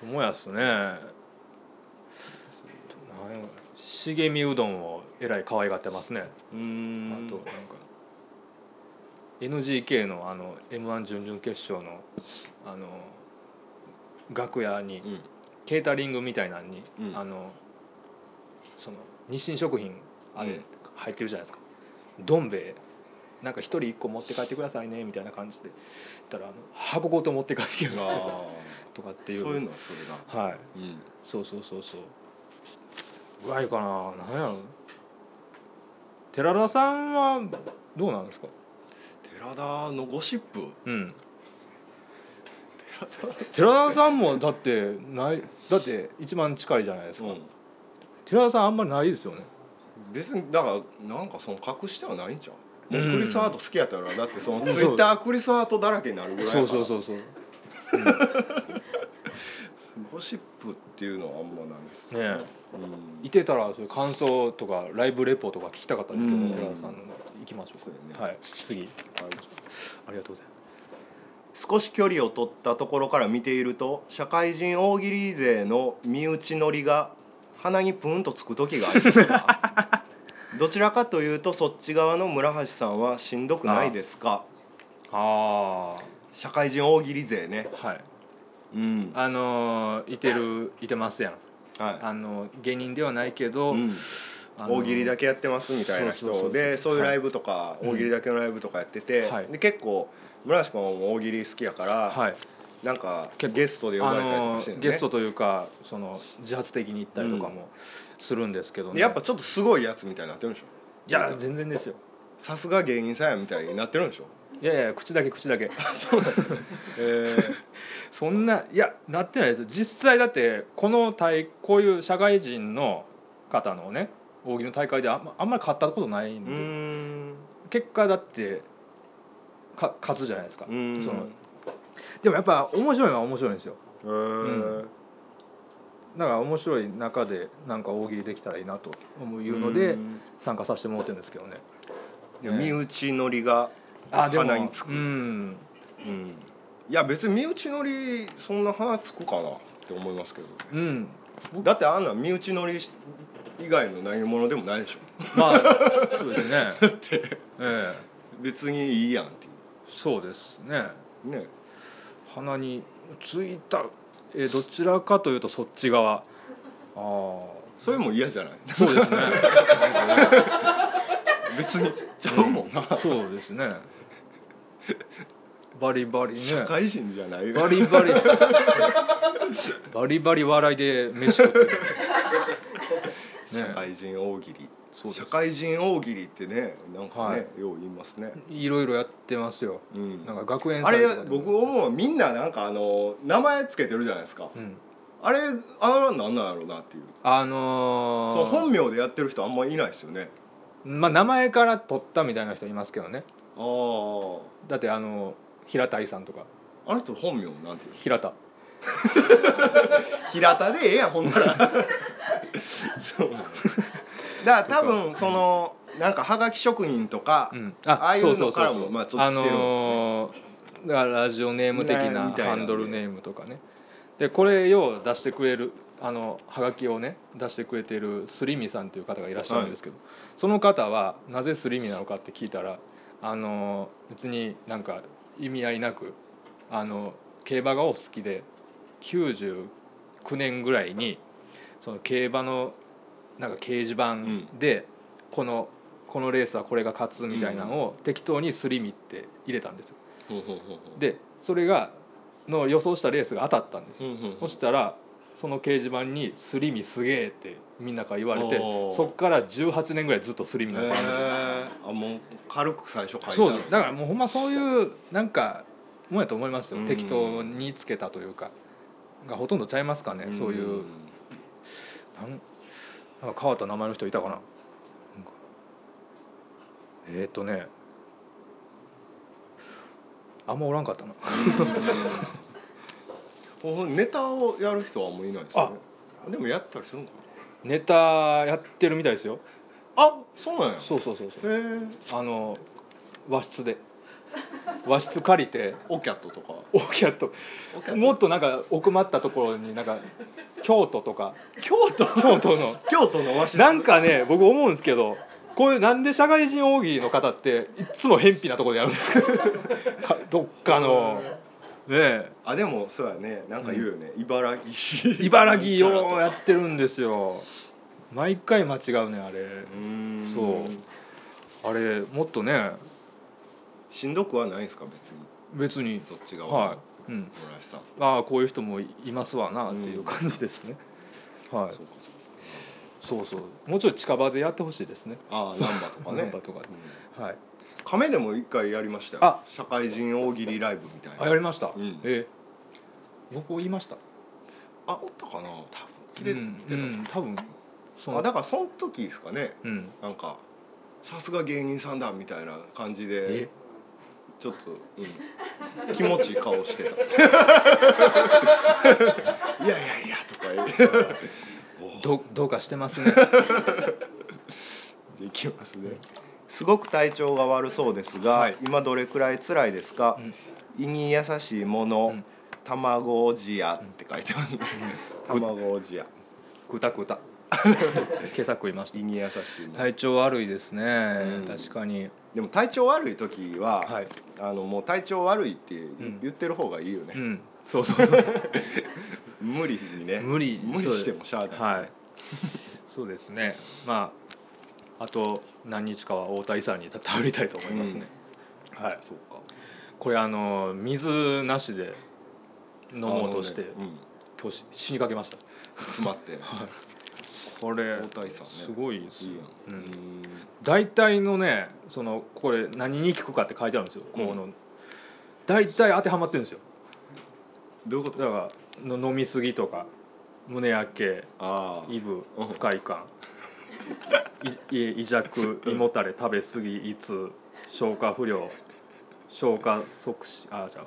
[SPEAKER 1] 友安ねなんや茂みうどんをえらい可愛がってますね
[SPEAKER 2] うー
[SPEAKER 1] あとなん
[SPEAKER 2] ん
[SPEAKER 1] か NGK のあの m 1準々決勝のあの楽屋に
[SPEAKER 2] うん
[SPEAKER 1] ケータリングみたいなのに、
[SPEAKER 2] うん
[SPEAKER 1] あのその日清食品あ
[SPEAKER 2] う
[SPEAKER 1] れ
[SPEAKER 2] ん
[SPEAKER 1] 入ってるじゃないですか、どん兵衛なんか一人一個持って帰ってくださいねみたいな感じで言ったらあの箱ごと持って帰ってきて
[SPEAKER 2] あ
[SPEAKER 1] とかっ
[SPEAKER 2] ー
[SPEAKER 1] ていう
[SPEAKER 2] そういうのはするな
[SPEAKER 1] はい
[SPEAKER 2] うん
[SPEAKER 1] そうそうそうそううまいかな何やろ寺田さんはどうなんですか
[SPEAKER 2] 寺田のゴシップ
[SPEAKER 1] うん寺田さんもだってないだって一番近いじゃないですか、
[SPEAKER 2] うん
[SPEAKER 1] 寺田さんあんまりないですよね
[SPEAKER 2] 別にだからなんかその隠してはないんちゃうもう
[SPEAKER 1] うん
[SPEAKER 2] クリス・ハート好きやったらだってその
[SPEAKER 1] うん
[SPEAKER 2] ツイッタークリス・ハートだらけになるぐらい
[SPEAKER 1] そうそう
[SPEAKER 2] う
[SPEAKER 1] そうそう
[SPEAKER 2] ゴシップっていうのはあんまないです
[SPEAKER 1] ねえ
[SPEAKER 2] うん
[SPEAKER 1] いてたらそういう感想とかライブレポとか聞きたかったですけど、
[SPEAKER 2] うん
[SPEAKER 1] 寺田さんの行きましょう
[SPEAKER 2] そうだね
[SPEAKER 1] はい次
[SPEAKER 2] はい
[SPEAKER 1] ありがとうございま
[SPEAKER 2] 少し距離を取ったところから見ていると社会人大喜利勢の身内乗りが鼻にプンとつく時がありますが
[SPEAKER 1] (laughs)
[SPEAKER 2] どちらかというとそっち側の村橋さんはしんどくないですか
[SPEAKER 1] すあ
[SPEAKER 2] 社会人大喜利勢ね
[SPEAKER 1] あはい
[SPEAKER 2] うん
[SPEAKER 1] あのーいてるいてますやん
[SPEAKER 2] は
[SPEAKER 1] あの芸人ではないけ
[SPEAKER 2] い、
[SPEAKER 1] ど、
[SPEAKER 2] うん
[SPEAKER 1] あの
[SPEAKER 2] 大喜利だけやってますみたいな人
[SPEAKER 1] そうそうそう
[SPEAKER 2] でそういうライブとか、
[SPEAKER 1] うん
[SPEAKER 2] 大喜利だけのライブとかやってて、
[SPEAKER 1] はい
[SPEAKER 2] で結構村橋君も大喜利好きやから、
[SPEAKER 1] はい、
[SPEAKER 2] なんか
[SPEAKER 1] 結構
[SPEAKER 2] ゲストで呼
[SPEAKER 1] あ
[SPEAKER 2] ばれたりとか
[SPEAKER 1] の
[SPEAKER 2] してるね
[SPEAKER 1] ゲストというかその自発的に行ったりとかもするんですけどね、
[SPEAKER 2] でやっぱちょっとすごいやつみたいになってるんでしょ
[SPEAKER 1] いや全然ですよ
[SPEAKER 2] さすが芸人さんやみたいになってるんで
[SPEAKER 1] (laughs)
[SPEAKER 2] しょ、
[SPEAKER 1] いやいや口だけ口
[SPEAKER 2] (laughs)
[SPEAKER 1] だけ
[SPEAKER 2] え
[SPEAKER 1] (laughs) そんないやなってないです実際だってこの大こういう社会人の方のね大喜利の大会であんまあんまり勝ったことないん
[SPEAKER 2] (laughs) ー、う
[SPEAKER 1] で、
[SPEAKER 2] ーん
[SPEAKER 1] 結果だってか勝つじゃないですか
[SPEAKER 2] うーん
[SPEAKER 1] そのでもやっぱ面白いのは面白いんですよ
[SPEAKER 2] えー
[SPEAKER 1] うんだから面白い中でなんか大喜利できたらいいなと思うので
[SPEAKER 2] うん
[SPEAKER 1] 参加させてもらってるんですけどね
[SPEAKER 2] いや身内乗りが
[SPEAKER 1] あでも
[SPEAKER 2] 鼻につく、
[SPEAKER 1] うん
[SPEAKER 2] うんいや別に身内乗りそんな鼻つくかなって思いますけど
[SPEAKER 1] うん
[SPEAKER 2] だってあんなん身内乗り以外の何物でもないでしょ
[SPEAKER 1] ま
[SPEAKER 2] (laughs)
[SPEAKER 1] あそうですね
[SPEAKER 2] だって
[SPEAKER 1] ええ
[SPEAKER 2] 別にいいやんってい
[SPEAKER 1] そうですね
[SPEAKER 2] うね
[SPEAKER 1] 鼻についたえどちらかというとそっち側ああ
[SPEAKER 2] それも
[SPEAKER 1] (laughs)
[SPEAKER 2] 嫌じゃない
[SPEAKER 1] そうですねなんかね
[SPEAKER 2] 別に (laughs) ちゃうもんな、
[SPEAKER 1] そうですねバリバリね
[SPEAKER 2] 社会人じゃないよ
[SPEAKER 1] バリバリ
[SPEAKER 2] (laughs)
[SPEAKER 1] バリバリ笑いで飯食
[SPEAKER 2] (laughs)
[SPEAKER 1] ってる
[SPEAKER 2] 社会人大喜利、
[SPEAKER 1] そうです
[SPEAKER 2] 社会人大喜利ってねなんかね、
[SPEAKER 1] は
[SPEAKER 2] よう言いますね
[SPEAKER 1] いろいろやってますよ
[SPEAKER 2] うん
[SPEAKER 1] なんか学園
[SPEAKER 2] あ
[SPEAKER 1] 祭と
[SPEAKER 2] れ
[SPEAKER 1] かでも
[SPEAKER 2] 僕思うわみんななんかあの名前つけてるじゃないですか、
[SPEAKER 1] うん、
[SPEAKER 2] あれあれは何なんやろうなっていう
[SPEAKER 1] あ
[SPEAKER 2] そ
[SPEAKER 1] の
[SPEAKER 2] の
[SPEAKER 1] ー
[SPEAKER 2] 本名でやってる人あんまいないですよね
[SPEAKER 1] まあ、名前から取ったみたいな人いますけどね
[SPEAKER 2] ああ
[SPEAKER 1] だってあの平たいさんとか
[SPEAKER 2] あの人本名なんていうの
[SPEAKER 1] 平田
[SPEAKER 2] 平田でええやんほんならそうだから多分そのなんかはがき職人とか、
[SPEAKER 1] うん
[SPEAKER 2] ああいうの
[SPEAKER 1] そうそうそうそう
[SPEAKER 2] からもまあちょっと来て
[SPEAKER 1] あの
[SPEAKER 2] るんですよね
[SPEAKER 1] ーだからラジオネーム的
[SPEAKER 2] ね
[SPEAKER 1] な
[SPEAKER 2] みたいな
[SPEAKER 1] ハンドルネームとかねでこれよう出してくれるあのハガキをね出してくれてるスリミさんという方がいらっしゃるんですけど、その方はなぜスリミなのかって聞いたらあのー別になんか意味合いなくあの競馬がお好きで99年ぐらいにその競馬のなんか掲示板でこの,、このレースはこれが勝つみたいなのを適当にすり身って入れたんですよ
[SPEAKER 2] ほうほうほうほう
[SPEAKER 1] でそれがの予想したレースが当たったんです
[SPEAKER 2] う
[SPEAKER 1] よ、
[SPEAKER 2] んうんうん
[SPEAKER 1] そしたらその掲示板に「すり身すげえ」ってみんなから言われて
[SPEAKER 2] おー
[SPEAKER 1] そっから18年ぐらいずっとすり身なんですよ
[SPEAKER 2] へーあもう軽く最初書いてある
[SPEAKER 1] そうですだからもうほんまそういうなんかもんやと思いますよ、
[SPEAKER 2] うん
[SPEAKER 1] 適当につけたというかがほとんどちゃいますかね、そういうなんなんか変わった名前の人いたかななんかえっ、ー、とねあんまおらんかったな (laughs)
[SPEAKER 2] おネタをやる人はあんまいないですよねでもやったりするのか
[SPEAKER 1] ネタやってるみたいですよ
[SPEAKER 2] なあそうなんや
[SPEAKER 1] そうそうそうそう
[SPEAKER 2] へえ
[SPEAKER 1] あの和室で和室借りて
[SPEAKER 2] オキャットとか
[SPEAKER 1] 大きなと
[SPEAKER 2] オキャット
[SPEAKER 1] もっとなんか奥まったところになんか京都とか
[SPEAKER 2] 京都
[SPEAKER 1] 京都の
[SPEAKER 2] 京都の和紙
[SPEAKER 1] なんかね僕思うんですけどこういうなんで社会人大喜利の方っていっつも偏僻なところでやるんです
[SPEAKER 2] (laughs)
[SPEAKER 1] かどっかのね
[SPEAKER 2] あでもそうやねなんか言うよね、茨城
[SPEAKER 1] え
[SPEAKER 2] 市
[SPEAKER 1] 茨城ようやってるんですよ毎回間違うねあれ
[SPEAKER 2] うーん
[SPEAKER 1] そうあれもっとね
[SPEAKER 2] しんどくはないんですか別に
[SPEAKER 1] 別に
[SPEAKER 2] そっち側
[SPEAKER 1] は
[SPEAKER 2] の
[SPEAKER 1] い、うん、
[SPEAKER 2] 村井さん
[SPEAKER 1] ああこういう人もいますわなっていう感じですね、はい
[SPEAKER 2] そうかそうか
[SPEAKER 1] そうそうもうちょい近場でやってほしいですね
[SPEAKER 2] ああ難波とか
[SPEAKER 1] (laughs)
[SPEAKER 2] ね
[SPEAKER 1] 難波とか
[SPEAKER 2] うん
[SPEAKER 1] はい
[SPEAKER 2] 亀でも一回やりましたよ
[SPEAKER 1] あ
[SPEAKER 2] 社会人大喜利ライブみたい
[SPEAKER 1] あや
[SPEAKER 2] な
[SPEAKER 1] りました、
[SPEAKER 2] うん
[SPEAKER 1] ええ僕言いました
[SPEAKER 2] あおったかな多分切れて
[SPEAKER 1] うん、
[SPEAKER 2] た
[SPEAKER 1] うん、多分そ
[SPEAKER 2] あ
[SPEAKER 1] の
[SPEAKER 2] だからその時ですかね
[SPEAKER 1] うん
[SPEAKER 2] なんかさすが芸人さんだみたいな感じ
[SPEAKER 1] え
[SPEAKER 2] でちょっと、うん、気持ちいい顔 (laughs) してたいやいやいやとか言って
[SPEAKER 1] どどうかしてます
[SPEAKER 2] (laughs)
[SPEAKER 1] ね
[SPEAKER 2] できますねすごく体調が悪そうですが、
[SPEAKER 1] はい
[SPEAKER 2] 今どれくらい辛いですか、胃に優しいもの、
[SPEAKER 1] うん
[SPEAKER 2] 卵おじやって書いてますね、卵おじや
[SPEAKER 1] くた
[SPEAKER 2] (laughs)
[SPEAKER 1] くた今朝食いまし
[SPEAKER 2] 胃に優しいも
[SPEAKER 1] た
[SPEAKER 2] の、
[SPEAKER 1] 体調悪いですね、
[SPEAKER 2] ん
[SPEAKER 1] 確かに
[SPEAKER 2] でも体調悪い時は、
[SPEAKER 1] はい
[SPEAKER 2] あのもう体調悪いって
[SPEAKER 1] ん
[SPEAKER 2] 言ってる方がいいよ
[SPEAKER 1] う
[SPEAKER 2] ね、
[SPEAKER 1] んそうそう (laughs) そう
[SPEAKER 2] 無理にね
[SPEAKER 1] 無理
[SPEAKER 2] 無理してもしゃあない、
[SPEAKER 1] はい (laughs) そうですねまああと何日かは太田遺産に頼りたいと思いますね、はい
[SPEAKER 2] そうか
[SPEAKER 1] これあの水なしで飲もうとして、
[SPEAKER 2] あのねうん
[SPEAKER 1] 今日し死にかけました
[SPEAKER 2] 詰まって
[SPEAKER 1] これ
[SPEAKER 2] 大体さんね
[SPEAKER 1] すごいです
[SPEAKER 2] い
[SPEAKER 1] よ
[SPEAKER 2] いや
[SPEAKER 1] うんん、
[SPEAKER 2] うん
[SPEAKER 1] 大体のねそのこれ何に効くかって書いてあるんですよ、
[SPEAKER 2] うん
[SPEAKER 1] この大体当てはまってるんですよ
[SPEAKER 2] どういうこ
[SPEAKER 1] だからの飲み過ぎとか胸焼け
[SPEAKER 2] ああ
[SPEAKER 1] イブ
[SPEAKER 2] うん
[SPEAKER 1] 不快
[SPEAKER 2] (laughs)
[SPEAKER 1] 感いい胃弱胃もたれ食べ過ぎ胃痛消化不良消化促進あじゃあ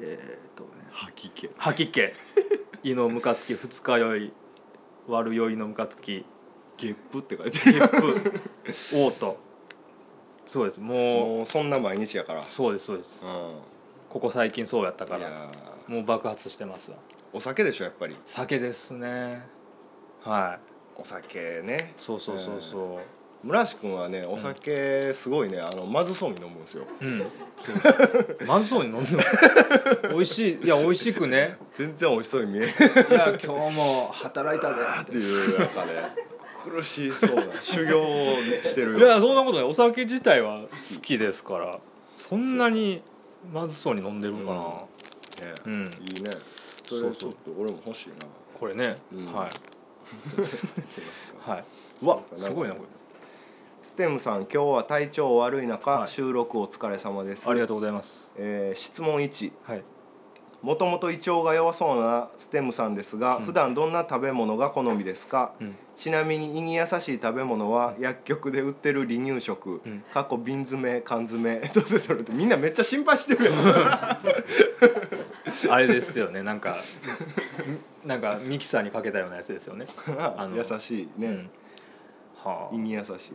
[SPEAKER 1] えーっとね
[SPEAKER 2] 吐き気
[SPEAKER 1] 吐き
[SPEAKER 2] (laughs)
[SPEAKER 1] 気胃のムカつき二日酔い悪酔いのムカつ
[SPEAKER 2] (laughs)
[SPEAKER 1] き
[SPEAKER 2] ゲップって書いて
[SPEAKER 1] ゲ
[SPEAKER 2] る
[SPEAKER 1] ッ
[SPEAKER 2] (laughs)
[SPEAKER 1] プ嘔吐そうですもう
[SPEAKER 2] もうそんな毎日やから
[SPEAKER 1] そうですそうです
[SPEAKER 2] うん
[SPEAKER 1] ここ最近そうやったか
[SPEAKER 2] い
[SPEAKER 1] ら
[SPEAKER 2] やー
[SPEAKER 1] もう爆発してますわ
[SPEAKER 2] お酒でしょやっぱり
[SPEAKER 1] 酒ですねは
[SPEAKER 2] お酒ね
[SPEAKER 1] いそうそうそうそう、
[SPEAKER 2] 村橋君はねお酒すごいねあのまずそうに飲むんですよ
[SPEAKER 1] うん、
[SPEAKER 2] (laughs)
[SPEAKER 1] まずそうに飲んでます美味しいいや美味しく
[SPEAKER 2] (laughs)
[SPEAKER 1] ね
[SPEAKER 2] 全然美味しそうに見えない
[SPEAKER 1] いや今日も働いたぜ
[SPEAKER 2] っていうなん
[SPEAKER 1] (laughs)
[SPEAKER 2] かね苦しそうな修行をしてる
[SPEAKER 1] い
[SPEAKER 2] よ
[SPEAKER 1] やそんなことないお酒自体は好きですからそんなにまずそうに飲んでるかな、
[SPEAKER 2] ね、
[SPEAKER 1] うん
[SPEAKER 2] いいねそ
[SPEAKER 1] そ
[SPEAKER 2] れ
[SPEAKER 1] う
[SPEAKER 2] ち
[SPEAKER 1] そ
[SPEAKER 2] ょ
[SPEAKER 1] う
[SPEAKER 2] っと俺も欲しいな
[SPEAKER 1] これね、
[SPEAKER 2] うん (laughs)
[SPEAKER 1] はいはい、
[SPEAKER 2] う
[SPEAKER 1] わすごいなこ
[SPEAKER 2] ステムさん今日は体調悪い中、
[SPEAKER 1] はい
[SPEAKER 2] 収録お疲れ様です
[SPEAKER 1] れありがとうございます
[SPEAKER 2] えー質問1 (laughs)
[SPEAKER 1] はい
[SPEAKER 2] もともと胃腸が弱そうなステムさんですが、
[SPEAKER 1] うん
[SPEAKER 2] 普段どんな食べ物が好みですか、
[SPEAKER 1] うん
[SPEAKER 2] ちなみに胃に優しい食べ物は薬局で売ってる離乳食、
[SPEAKER 1] うん
[SPEAKER 2] 過去瓶詰め缶詰 (laughs) どうせそれってみんなめっちゃ心配し
[SPEAKER 1] (laughs)
[SPEAKER 2] てるや
[SPEAKER 1] あれですよねなんかんなんかミキサーにかけたようなやつです
[SPEAKER 2] (laughs)
[SPEAKER 1] よねあの
[SPEAKER 2] ん優しいね、
[SPEAKER 1] うんは
[SPEAKER 2] 胃
[SPEAKER 1] あ
[SPEAKER 2] に優しいやつ、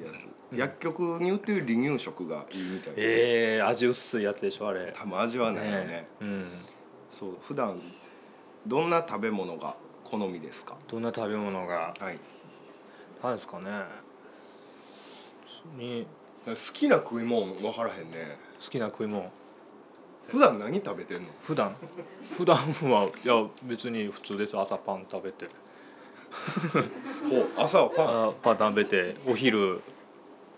[SPEAKER 1] うん
[SPEAKER 2] 薬局に売ってる離乳食がいいみたいな、
[SPEAKER 1] えー、味薄いやつでしょあれ
[SPEAKER 2] 多分味はないよね
[SPEAKER 1] うん
[SPEAKER 2] そう普段どんな食べ物が好みですか
[SPEAKER 1] どんな食べ物が
[SPEAKER 2] はい
[SPEAKER 1] なんですかねに
[SPEAKER 2] 好きな食い物分からへんね
[SPEAKER 1] 好きな食い物
[SPEAKER 2] 普段何食べてんの
[SPEAKER 1] 普段普段はいや別に普通です朝パン食べて
[SPEAKER 2] (laughs) お朝はパン
[SPEAKER 1] あパン食べてお昼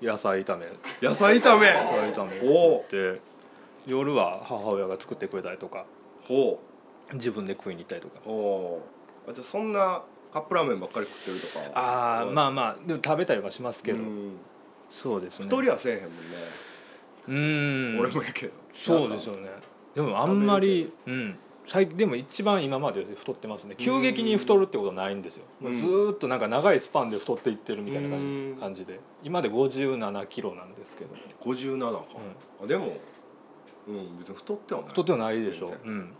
[SPEAKER 1] 野菜炒め
[SPEAKER 2] 野菜炒め
[SPEAKER 1] 野菜炒め
[SPEAKER 2] おう
[SPEAKER 1] で夜は母親が作ってくれたりとか
[SPEAKER 2] ほ
[SPEAKER 1] 自分で食いに行ったりとか
[SPEAKER 2] うおうあじゃあそんなカップラーメンばっかり食ってるとか
[SPEAKER 1] ああま
[SPEAKER 2] あ
[SPEAKER 1] あまあでも食べたりはしますけどそうですね
[SPEAKER 2] 太りはせえへんもんね、
[SPEAKER 1] うん
[SPEAKER 2] 俺もやけど
[SPEAKER 1] そうですよねでもあんまりうん最近でも一番今までで太ってますね急激に太るってことないんですよ、
[SPEAKER 2] うん
[SPEAKER 1] ずーっとなんか長いスパンで太っていってるみたいな
[SPEAKER 2] うん
[SPEAKER 1] 感じ感じで今で5 7キロなんですけど、
[SPEAKER 2] 57か、
[SPEAKER 1] う
[SPEAKER 2] あでもうん別に太ってはない
[SPEAKER 1] 太ってはないでしょ
[SPEAKER 2] 全然
[SPEAKER 1] うん、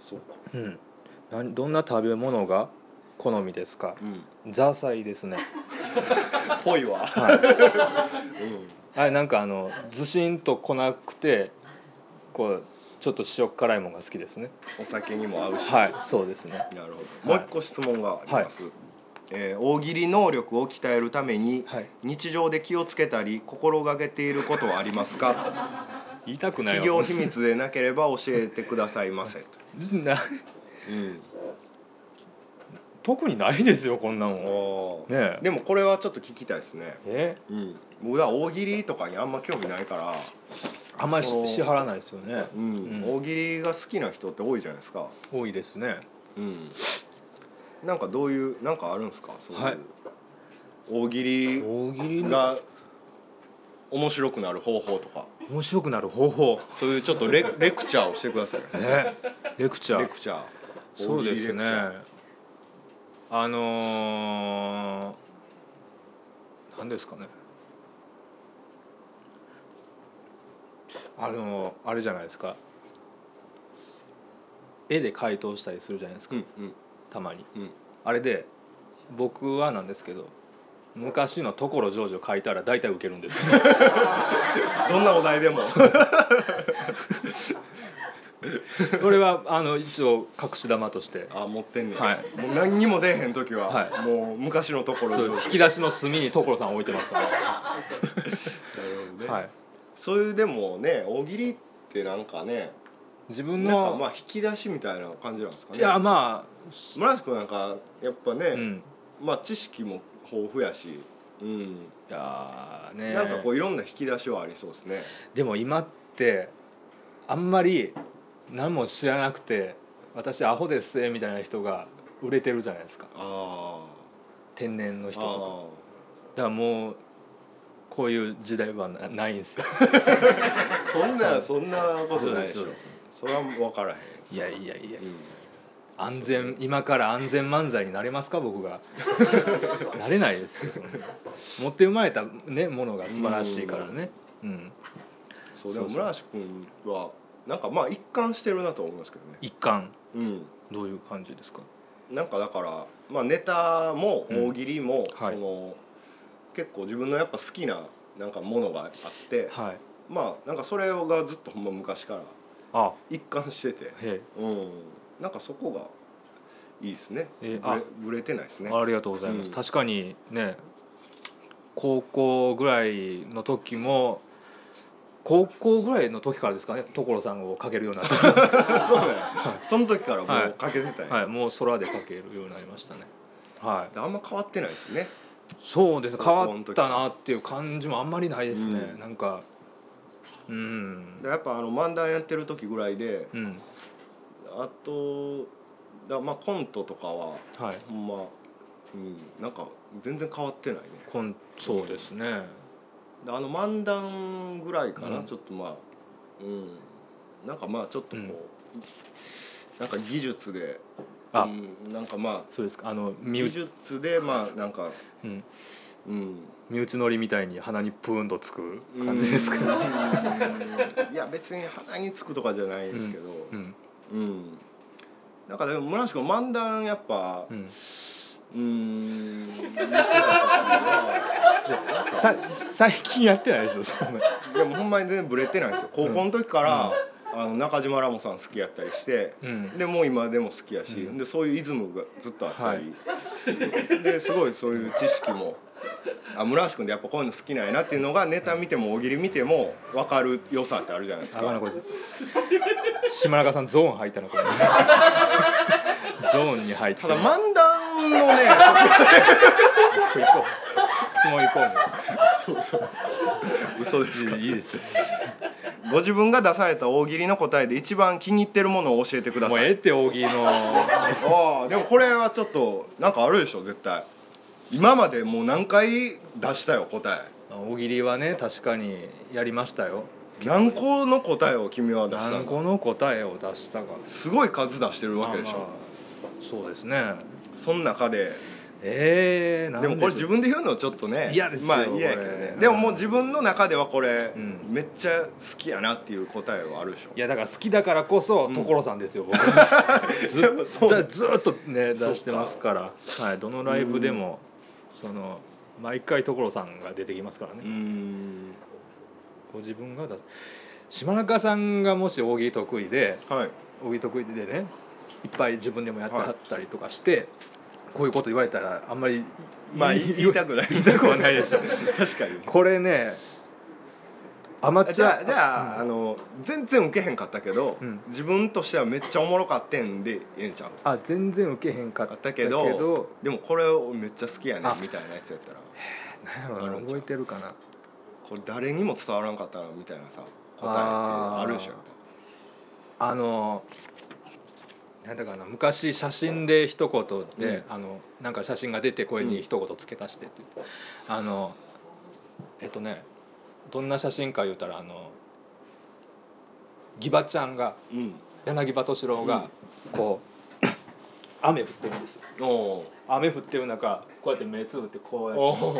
[SPEAKER 2] そうか
[SPEAKER 1] うん、何どんな食べ物が好みですか
[SPEAKER 2] うん
[SPEAKER 1] ザーサイです
[SPEAKER 2] (laughs)
[SPEAKER 1] ね、
[SPEAKER 2] ぽい
[SPEAKER 1] (laughs)
[SPEAKER 2] わ、
[SPEAKER 1] はい、
[SPEAKER 2] うん
[SPEAKER 1] あれなんかあのずしんと来なくてこうちょっと塩辛いものが好きですね
[SPEAKER 2] お酒にも合うし、
[SPEAKER 1] はいそうですね
[SPEAKER 2] なるほども
[SPEAKER 1] はいう
[SPEAKER 2] 一個質問があります、えー大喜利能力を鍛えるために
[SPEAKER 1] はい
[SPEAKER 2] 日常で気をつけたり心がけていることはありますか
[SPEAKER 1] 言いたくないわ
[SPEAKER 2] 企業秘密でなければ教えてくださいませと、
[SPEAKER 1] (laughs) な
[SPEAKER 2] うん、
[SPEAKER 1] 特にないですよこんなもんね
[SPEAKER 2] おー
[SPEAKER 1] え
[SPEAKER 2] でもこれはちょっと聞きたいですね
[SPEAKER 1] え
[SPEAKER 2] うん僕は大喜利とかにあんま興味ないから
[SPEAKER 1] あんまりし
[SPEAKER 2] この
[SPEAKER 1] 支払わないですよね
[SPEAKER 2] うん
[SPEAKER 1] うん
[SPEAKER 2] 大喜利が好きな人って多いじゃないですか
[SPEAKER 1] 多いですね
[SPEAKER 2] うんなんかどういうなんかあるんですかそういう、
[SPEAKER 1] はい
[SPEAKER 2] 大喜利
[SPEAKER 1] 大喜利が
[SPEAKER 2] が面白くなる方法とか
[SPEAKER 1] 面白くなる方法
[SPEAKER 2] そういうちょっと
[SPEAKER 1] (laughs)
[SPEAKER 2] レレクチャーをしてください
[SPEAKER 1] ねレクチャ
[SPEAKER 2] レ
[SPEAKER 1] ー
[SPEAKER 2] クチャー
[SPEAKER 1] そうですね
[SPEAKER 2] 大喜利レク
[SPEAKER 1] あのー、何ですかねあのあれじゃないですか絵で回答したりするじゃないです
[SPEAKER 2] チ
[SPEAKER 1] か、
[SPEAKER 2] ャーうん
[SPEAKER 1] たまに
[SPEAKER 2] うんうん
[SPEAKER 1] あれで僕はなんですけど昔の所ジョージを書いたら大体ウケるんですよ
[SPEAKER 2] (laughs) どんなお
[SPEAKER 1] (laughs)
[SPEAKER 2] 題でも
[SPEAKER 1] それはあの一応隠し玉として、
[SPEAKER 2] あ持ってんねん
[SPEAKER 1] はい
[SPEAKER 2] もう何にも出えへん時は、
[SPEAKER 1] はい
[SPEAKER 2] もう昔のところ
[SPEAKER 1] そう
[SPEAKER 2] で
[SPEAKER 1] いう引き出しの隅に所さん置いてますから、
[SPEAKER 2] なるほどね
[SPEAKER 1] はい、
[SPEAKER 2] そういうでもね大喜利ってなんかね
[SPEAKER 1] 自分
[SPEAKER 2] なん
[SPEAKER 1] の
[SPEAKER 2] かまあ引き出しみたいな感じなんですかね
[SPEAKER 1] いやま
[SPEAKER 2] 村瀬君なんかやっぱね、
[SPEAKER 1] あ、うん、
[SPEAKER 2] まあ知識も豊富やし、うん
[SPEAKER 1] いやーね
[SPEAKER 2] なんかこういろんな引き出しはありそうですね
[SPEAKER 1] でも今ってあんまり何も知らなくて私アホですみたいな人が売れてるじゃないですか
[SPEAKER 2] あ
[SPEAKER 1] 天然の
[SPEAKER 2] あ
[SPEAKER 1] 人とかだからもうこういう時代はなないんですよ
[SPEAKER 2] (laughs) そんなそんなことないでしょ
[SPEAKER 1] そうです
[SPEAKER 2] それは分からへん
[SPEAKER 1] いやいやいや
[SPEAKER 2] うん
[SPEAKER 1] 安全今から安全漫才になれますか僕 (laughs) がなれないですよそんな持って生まれた、ね、ものが素晴らしいからねうん
[SPEAKER 2] そうでも
[SPEAKER 1] そうそう
[SPEAKER 2] 村橋君はなんかまあ一貫してるなと思いますけどね
[SPEAKER 1] 一貫
[SPEAKER 2] うん
[SPEAKER 1] どういう感じですか
[SPEAKER 2] なんかだから、まあ、ネタも大喜利も、
[SPEAKER 1] うんはい
[SPEAKER 2] その結構自分のやっぱ好きななんかものがあって、
[SPEAKER 1] はい
[SPEAKER 2] まあなんかそれがずっとほんま昔から
[SPEAKER 1] あ
[SPEAKER 2] 一貫してて、
[SPEAKER 1] へえ
[SPEAKER 2] うん、なんかそこがいいですね
[SPEAKER 1] え
[SPEAKER 2] ぶ
[SPEAKER 1] あ
[SPEAKER 2] れぶれてないですね
[SPEAKER 1] ありがとうございます、
[SPEAKER 2] うん
[SPEAKER 1] 確かにね高校ぐらいの時も高校ぐらいの時からですかね所さんをかけるようになった
[SPEAKER 2] (laughs)
[SPEAKER 1] (laughs)
[SPEAKER 2] そうねその時からもうかけてたんや
[SPEAKER 1] はいもう空でかけるようになりましたねはい
[SPEAKER 2] あんま変わってないですね
[SPEAKER 1] そうですね変
[SPEAKER 2] 高校
[SPEAKER 1] わ
[SPEAKER 2] の
[SPEAKER 1] っ
[SPEAKER 2] 時
[SPEAKER 1] たなっていう感じもあんまりないですね、
[SPEAKER 2] うん
[SPEAKER 1] なんかうん
[SPEAKER 2] でやっぱあの漫談やってる時ぐらいで
[SPEAKER 1] うん
[SPEAKER 2] あとだまあコントとかは
[SPEAKER 1] はい
[SPEAKER 2] ほんま、うん、なんか全然変わってないね
[SPEAKER 1] こんそうですね
[SPEAKER 2] であの漫談ぐらいかな、
[SPEAKER 1] うん
[SPEAKER 2] ちょっとまあうんなんかまあちょっとこ
[SPEAKER 1] う
[SPEAKER 2] う、
[SPEAKER 1] ん
[SPEAKER 2] なんか技術で
[SPEAKER 1] あ
[SPEAKER 2] うん、なんかまあ
[SPEAKER 1] そうですかあの身
[SPEAKER 2] 技
[SPEAKER 1] 内,、
[SPEAKER 2] 術でまあなんか
[SPEAKER 1] うん、
[SPEAKER 2] うん
[SPEAKER 1] 身内乗りみたいに鼻にプーンとつく感じですかね
[SPEAKER 2] うんいや別に鼻につくとかじゃないですけど
[SPEAKER 1] う
[SPEAKER 2] うん、
[SPEAKER 1] ん
[SPEAKER 2] なんかでも村橋君漫談やっぱ
[SPEAKER 1] う
[SPEAKER 2] うん
[SPEAKER 1] ん
[SPEAKER 2] ーん見てた時
[SPEAKER 1] (laughs)
[SPEAKER 2] はなんか
[SPEAKER 1] さ最近やってないでしょ (laughs) そんな
[SPEAKER 2] でもほんまに全然ブレてないんですよ高校の時から、あの中島ラモさん好きやったりして
[SPEAKER 1] うん
[SPEAKER 2] でもう今でも好きやし、
[SPEAKER 1] うん
[SPEAKER 2] でそういうイズムがずっとあったり、ですごいそういう知識もあ村橋君でやっぱこういうの好きなんやなっていうのがネタ見ても大喜利見ても分かる良さってあるじゃないです
[SPEAKER 1] あかんなこ
[SPEAKER 2] か
[SPEAKER 1] れ島中さんゾーン入ったなこれゾ (laughs) ーンに入ったた
[SPEAKER 2] だ漫談のね
[SPEAKER 1] 行こう行こう質問行こ
[SPEAKER 2] 嘘で
[SPEAKER 1] うねいいいいですよ
[SPEAKER 2] ご自分が出された大喜利の答えで一番気に入ってるものを教えてくだ
[SPEAKER 1] もう
[SPEAKER 2] さ
[SPEAKER 1] ええ
[SPEAKER 2] い
[SPEAKER 1] って大喜利 (laughs) の
[SPEAKER 2] ああでもこれはちょっとなんかあるでしょ絶対今までもう何回出したよ答え
[SPEAKER 1] 大喜利はね確かにやりましたよ
[SPEAKER 2] 何個の答えを君は出した
[SPEAKER 1] 何
[SPEAKER 2] の
[SPEAKER 1] 個の答えを出したか
[SPEAKER 2] すごい数出してるわけでしょ、
[SPEAKER 1] まあまあそうですね
[SPEAKER 2] その中で
[SPEAKER 1] えー、なん
[SPEAKER 2] でもこれ
[SPEAKER 1] し
[SPEAKER 2] 自
[SPEAKER 1] ょう
[SPEAKER 2] 分で言うのちょっとね
[SPEAKER 1] 嫌ですよ
[SPEAKER 2] まあ嫌やけど
[SPEAKER 1] こ
[SPEAKER 2] ね
[SPEAKER 1] れ
[SPEAKER 2] でももう自分の中ではこれ、
[SPEAKER 1] うん
[SPEAKER 2] めっちゃ好きやなっていう答えはあるでしょ
[SPEAKER 1] いやだから好きだからこそ
[SPEAKER 2] うん
[SPEAKER 1] 所さんですよ、
[SPEAKER 2] (laughs)
[SPEAKER 1] 僕ず
[SPEAKER 2] やっぱそう
[SPEAKER 1] だずーっとね
[SPEAKER 2] そうか
[SPEAKER 1] 出してますからはい、どのライブでもその毎回所さんが出てきますからね、
[SPEAKER 2] うーん
[SPEAKER 1] こう自分が出す島中さんがもし大喜利得意で
[SPEAKER 2] はい
[SPEAKER 1] 大喜利得意でねいっぱい自分でもやってはったりとかして、こういうこと言われたらあんまり
[SPEAKER 2] まあ言い言いたくない
[SPEAKER 1] (laughs) 言いたくはないでしょ
[SPEAKER 2] 確かに
[SPEAKER 1] これねアマチュア
[SPEAKER 2] じゃあじゃあ,、
[SPEAKER 1] うん
[SPEAKER 2] あの全然ウケへんかったけど、
[SPEAKER 1] うん
[SPEAKER 2] 自分としてはめっちゃおもろかってんでええんちゃう
[SPEAKER 1] あ全然受けへんかっ
[SPEAKER 2] あ
[SPEAKER 1] た
[SPEAKER 2] ったけどでもこれをめっちゃ好きやね
[SPEAKER 1] あ
[SPEAKER 2] んみたいなやつやったら
[SPEAKER 1] 何やろ
[SPEAKER 2] ある
[SPEAKER 1] なん
[SPEAKER 2] ちゃう
[SPEAKER 1] 覚えてるかな
[SPEAKER 2] これ誰にも伝わらんかったなみたいなさ答えって
[SPEAKER 1] あー
[SPEAKER 2] あるでしょ
[SPEAKER 1] あのなんだかな昔写真で一言で、あのなんか写真が出てこれに一言付け足してって言って、あのえっとねどんな写真か言うたらあのギバちゃんが
[SPEAKER 2] うん
[SPEAKER 1] 柳葉敏郎がこう、雨降ってるんですよ
[SPEAKER 2] おー
[SPEAKER 1] 雨降ってる中こうやって目つぶってこうやって
[SPEAKER 2] お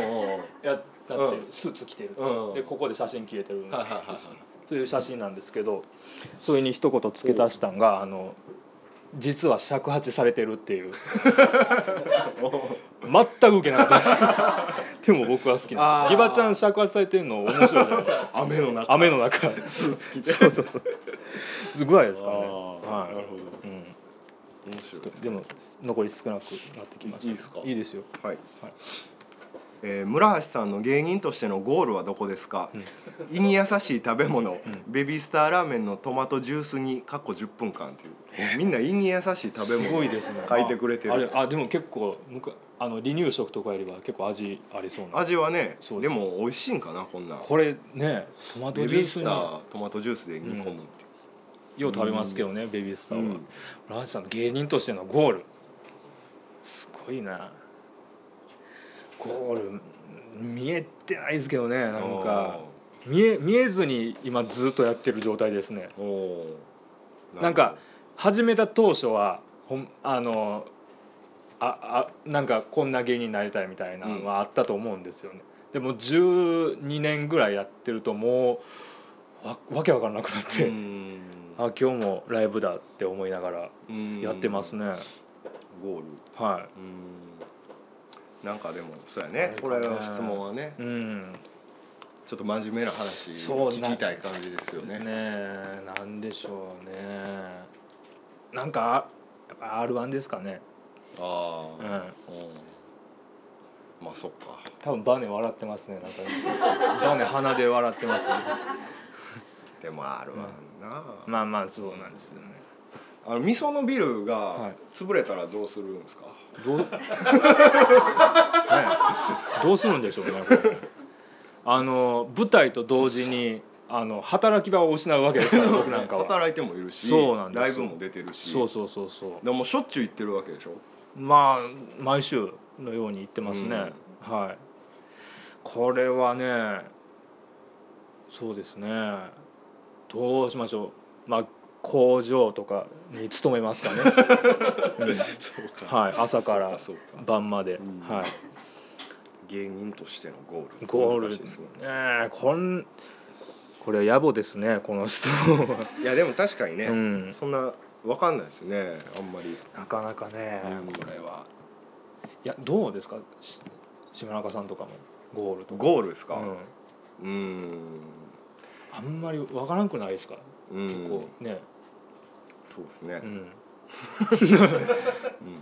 [SPEAKER 2] ー
[SPEAKER 1] やったって
[SPEAKER 2] うん
[SPEAKER 1] スーツ着てる、
[SPEAKER 2] うん
[SPEAKER 1] でここで写真切れてるんで
[SPEAKER 2] はいはいはいはい
[SPEAKER 1] そういう写真なんですけどそれに一言付け足したんがあの実は尺八されてるって
[SPEAKER 2] (laughs)
[SPEAKER 1] いう全く受けなかったですでも僕は好きな
[SPEAKER 2] あ
[SPEAKER 1] んで
[SPEAKER 2] ー
[SPEAKER 1] すギバちゃん尺八されてるの面白いじゃないです
[SPEAKER 2] (laughs)
[SPEAKER 1] か
[SPEAKER 2] 雨の中
[SPEAKER 1] 雨の中そうそうそうすごいですかね
[SPEAKER 2] あー
[SPEAKER 1] はい
[SPEAKER 2] なるほど
[SPEAKER 1] うん
[SPEAKER 2] 面白い
[SPEAKER 1] ちょっとでも残り少なくなってきました
[SPEAKER 2] いいですか
[SPEAKER 1] いいですよ
[SPEAKER 2] はい、
[SPEAKER 1] はい
[SPEAKER 2] えー村橋さんの芸人としてのゴールはどこですか、
[SPEAKER 1] うん
[SPEAKER 2] 胃に優しい食べ物、
[SPEAKER 1] ん
[SPEAKER 2] ベビースターラーメンのトマトジュースにかっこ10分間っていうみんな胃に優しい食べ物
[SPEAKER 1] すごいですね
[SPEAKER 2] 書いてくれて
[SPEAKER 1] ああ
[SPEAKER 2] る
[SPEAKER 1] れあでも結構むかあの離乳食とかよりは結構味ありそうな
[SPEAKER 2] 味はね
[SPEAKER 1] そうで
[SPEAKER 2] ですも美味しいんかなこんなん
[SPEAKER 1] これねトマト
[SPEAKER 2] ベ
[SPEAKER 1] ジュ
[SPEAKER 2] ビ
[SPEAKER 1] ー
[SPEAKER 2] ー
[SPEAKER 1] ス
[SPEAKER 2] ス
[SPEAKER 1] に
[SPEAKER 2] タ
[SPEAKER 1] よ
[SPEAKER 2] ートマトジュースで煮込むっていう
[SPEAKER 1] う食べますけどねベビースターは、
[SPEAKER 2] うん
[SPEAKER 1] ランチさんの芸人としてのゴールすごいなゴール見えてないですけどねなんか見え見えずに今ずっとやってる状態ですね
[SPEAKER 2] おーおー
[SPEAKER 1] なんか始めた当初はほんあのああなんかこんな芸人になりたいみたいなのはあったと思うんですよね、でも12年ぐらいやってるともうわわけわからなくなっ
[SPEAKER 2] う
[SPEAKER 1] て、
[SPEAKER 2] ん
[SPEAKER 1] あ今日もライブだって思いながら
[SPEAKER 2] うん
[SPEAKER 1] やってますね、
[SPEAKER 2] ゴール
[SPEAKER 1] は
[SPEAKER 2] うんなんかでもそうやね
[SPEAKER 1] なんかね
[SPEAKER 2] これの質問はね
[SPEAKER 1] いうん
[SPEAKER 2] ちょっと真面目な話
[SPEAKER 1] そう
[SPEAKER 2] 聞きたい感じですよね
[SPEAKER 1] ねえなんでしょうねなんかやっぱ r 1ですかね
[SPEAKER 2] あ
[SPEAKER 1] う
[SPEAKER 2] あ、
[SPEAKER 1] ん
[SPEAKER 2] うんまあそっか
[SPEAKER 1] 多分バネ笑ってますねなんかバネ鼻で笑ってますね
[SPEAKER 2] でも R1 な、
[SPEAKER 1] まあまあそうなんですよね
[SPEAKER 2] あの味噌のビル
[SPEAKER 1] は
[SPEAKER 2] が
[SPEAKER 1] い
[SPEAKER 2] 潰れたらどうするんですか、
[SPEAKER 1] ど
[SPEAKER 2] (laughs)
[SPEAKER 1] うねえどうするんでしょうねこれねあの舞台と同時にあの働き場を失うわけですから (laughs) 僕なんかは
[SPEAKER 2] 働いてもいるし
[SPEAKER 1] そうなんですよ
[SPEAKER 2] ライブも出てるし
[SPEAKER 1] そうそうそうそう
[SPEAKER 2] でもしょっちゅう行ってるわけでしょ
[SPEAKER 1] まあ毎週のように行ってますね、はいこれはねそうですねどうしましょうまあ工場とかに勤めますか
[SPEAKER 2] (laughs)
[SPEAKER 1] ね、うん
[SPEAKER 2] そう
[SPEAKER 1] はい朝から
[SPEAKER 2] そうかそうか
[SPEAKER 1] 晩まで、
[SPEAKER 2] うん
[SPEAKER 1] はい
[SPEAKER 2] 芸人としてのゴール
[SPEAKER 1] ゴール
[SPEAKER 2] (laughs) 難
[SPEAKER 1] ね
[SPEAKER 2] しいですね
[SPEAKER 1] えこんこれは野暮ですねこの質問は、
[SPEAKER 2] (laughs) いやでも確かにね、
[SPEAKER 1] うん
[SPEAKER 2] そんなわかんないですねあんまり
[SPEAKER 1] なかなかね、
[SPEAKER 2] うん
[SPEAKER 1] これはいやどうですかし島中さんとかもゴールとか
[SPEAKER 2] ゴールですか
[SPEAKER 1] うん
[SPEAKER 2] うーん
[SPEAKER 1] あんまりわからんくないですか、
[SPEAKER 2] うん
[SPEAKER 1] 結構ね、
[SPEAKER 2] そうですね
[SPEAKER 1] う、ん、
[SPEAKER 2] うん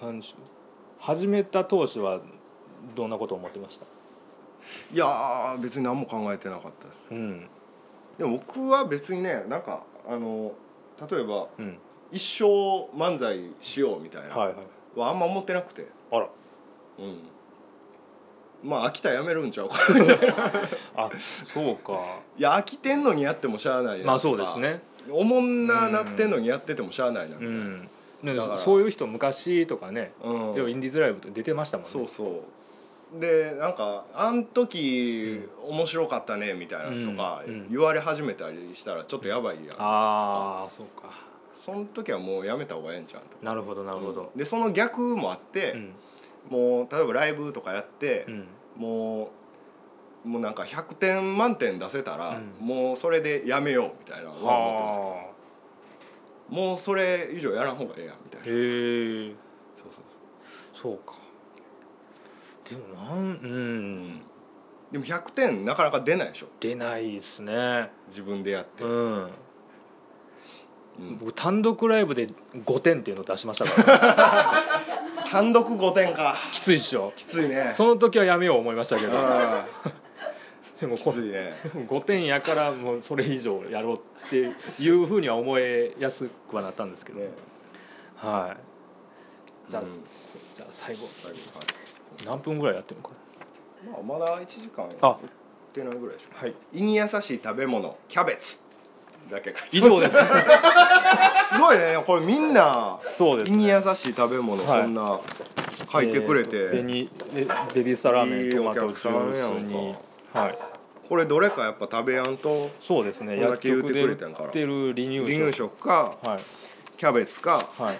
[SPEAKER 1] 半周始めた当初はどんなことを思ってました、
[SPEAKER 2] いやー別に何も考えてなかったです
[SPEAKER 1] うん
[SPEAKER 2] でも僕は別にねなんかあの例えば
[SPEAKER 1] うん、
[SPEAKER 2] 一生漫才しようみたいな
[SPEAKER 1] はいはい
[SPEAKER 2] はあんま思ってなくて、
[SPEAKER 1] あら
[SPEAKER 2] うんまあ飽きたらやめるんち
[SPEAKER 1] (laughs)
[SPEAKER 2] ゃうかなみたいな
[SPEAKER 1] あそうか
[SPEAKER 2] いや飽きてんのにやってもしゃあないやん
[SPEAKER 1] まあそうですね
[SPEAKER 2] おもんななってんのにやっててもしゃあないな
[SPEAKER 1] う
[SPEAKER 2] みたいな、
[SPEAKER 1] んね
[SPEAKER 2] だから
[SPEAKER 1] そういう人昔とかね、
[SPEAKER 2] うん
[SPEAKER 1] 要はインディーズライブとか出てましたもんね
[SPEAKER 2] そうそうでなんか「あん時、面白かったね」みたいなのとか
[SPEAKER 1] うんうん
[SPEAKER 2] 言われ始めたりしたらちょっとやばいやん、
[SPEAKER 1] ああそうか
[SPEAKER 2] その時はもうやめた方がええんちゃうんと
[SPEAKER 1] なるほどなるほど、
[SPEAKER 2] でその逆もあっ
[SPEAKER 1] う
[SPEAKER 2] て、
[SPEAKER 1] ん
[SPEAKER 2] もう例えばライブとかやって、
[SPEAKER 1] うん
[SPEAKER 2] もうもうなんか100点満点出せたら、
[SPEAKER 1] うん
[SPEAKER 2] もうそれでやめようみたいなのは思ってます
[SPEAKER 1] は
[SPEAKER 2] もうそれ以上やらん方がええやんみたい
[SPEAKER 1] あへ
[SPEAKER 2] な
[SPEAKER 1] え
[SPEAKER 2] そうそうそ
[SPEAKER 1] そうかでもなんう
[SPEAKER 2] う、うんん、でも100点なかなか出ないでしょ
[SPEAKER 1] 出ないですね
[SPEAKER 2] 自分でやって、
[SPEAKER 1] うん
[SPEAKER 2] うん
[SPEAKER 1] 僕単独ライブで5点っていうのを出しました
[SPEAKER 2] (laughs)
[SPEAKER 1] から、
[SPEAKER 2] 単独5点か
[SPEAKER 1] きついっしょ
[SPEAKER 2] きついね
[SPEAKER 1] その時はやめよう思いましたけど
[SPEAKER 2] あ
[SPEAKER 1] (laughs) でも
[SPEAKER 2] ー
[SPEAKER 1] こ
[SPEAKER 2] きついね
[SPEAKER 1] 5点やからもうそれ以上やろうっていうふうには思えやすくはなったんですけど、
[SPEAKER 2] ね
[SPEAKER 1] はいじゃあ、
[SPEAKER 2] うん
[SPEAKER 1] じゃあ最後
[SPEAKER 2] 最後はい
[SPEAKER 1] 何分ぐらいやってるのか
[SPEAKER 2] まあ、まだ1時間
[SPEAKER 1] あ
[SPEAKER 2] いってないぐらいでしょ
[SPEAKER 1] なはい
[SPEAKER 2] 胃に優しい食べ物キャベツだけ書いて
[SPEAKER 1] 以上です
[SPEAKER 2] (laughs) すごいねこれみんな
[SPEAKER 1] そうです
[SPEAKER 2] 胃に優
[SPEAKER 1] ね
[SPEAKER 2] しい食べ物、
[SPEAKER 1] はい
[SPEAKER 2] そんな書いてくれて、
[SPEAKER 1] えーと紅えベビースターラーメン
[SPEAKER 2] いい
[SPEAKER 1] ト
[SPEAKER 2] お
[SPEAKER 1] マト
[SPEAKER 2] 客
[SPEAKER 1] ジ
[SPEAKER 2] さんやんか
[SPEAKER 1] ュースにはい
[SPEAKER 2] これどれかやっぱ食べやんと
[SPEAKER 1] そうですね
[SPEAKER 2] こんだ
[SPEAKER 1] 薬
[SPEAKER 2] け言う
[SPEAKER 1] 局
[SPEAKER 2] て
[SPEAKER 1] で
[SPEAKER 2] くれて
[SPEAKER 1] 売
[SPEAKER 2] んから
[SPEAKER 1] ってる離乳食
[SPEAKER 2] 離乳食か
[SPEAKER 1] はい
[SPEAKER 2] キャベツか
[SPEAKER 1] はい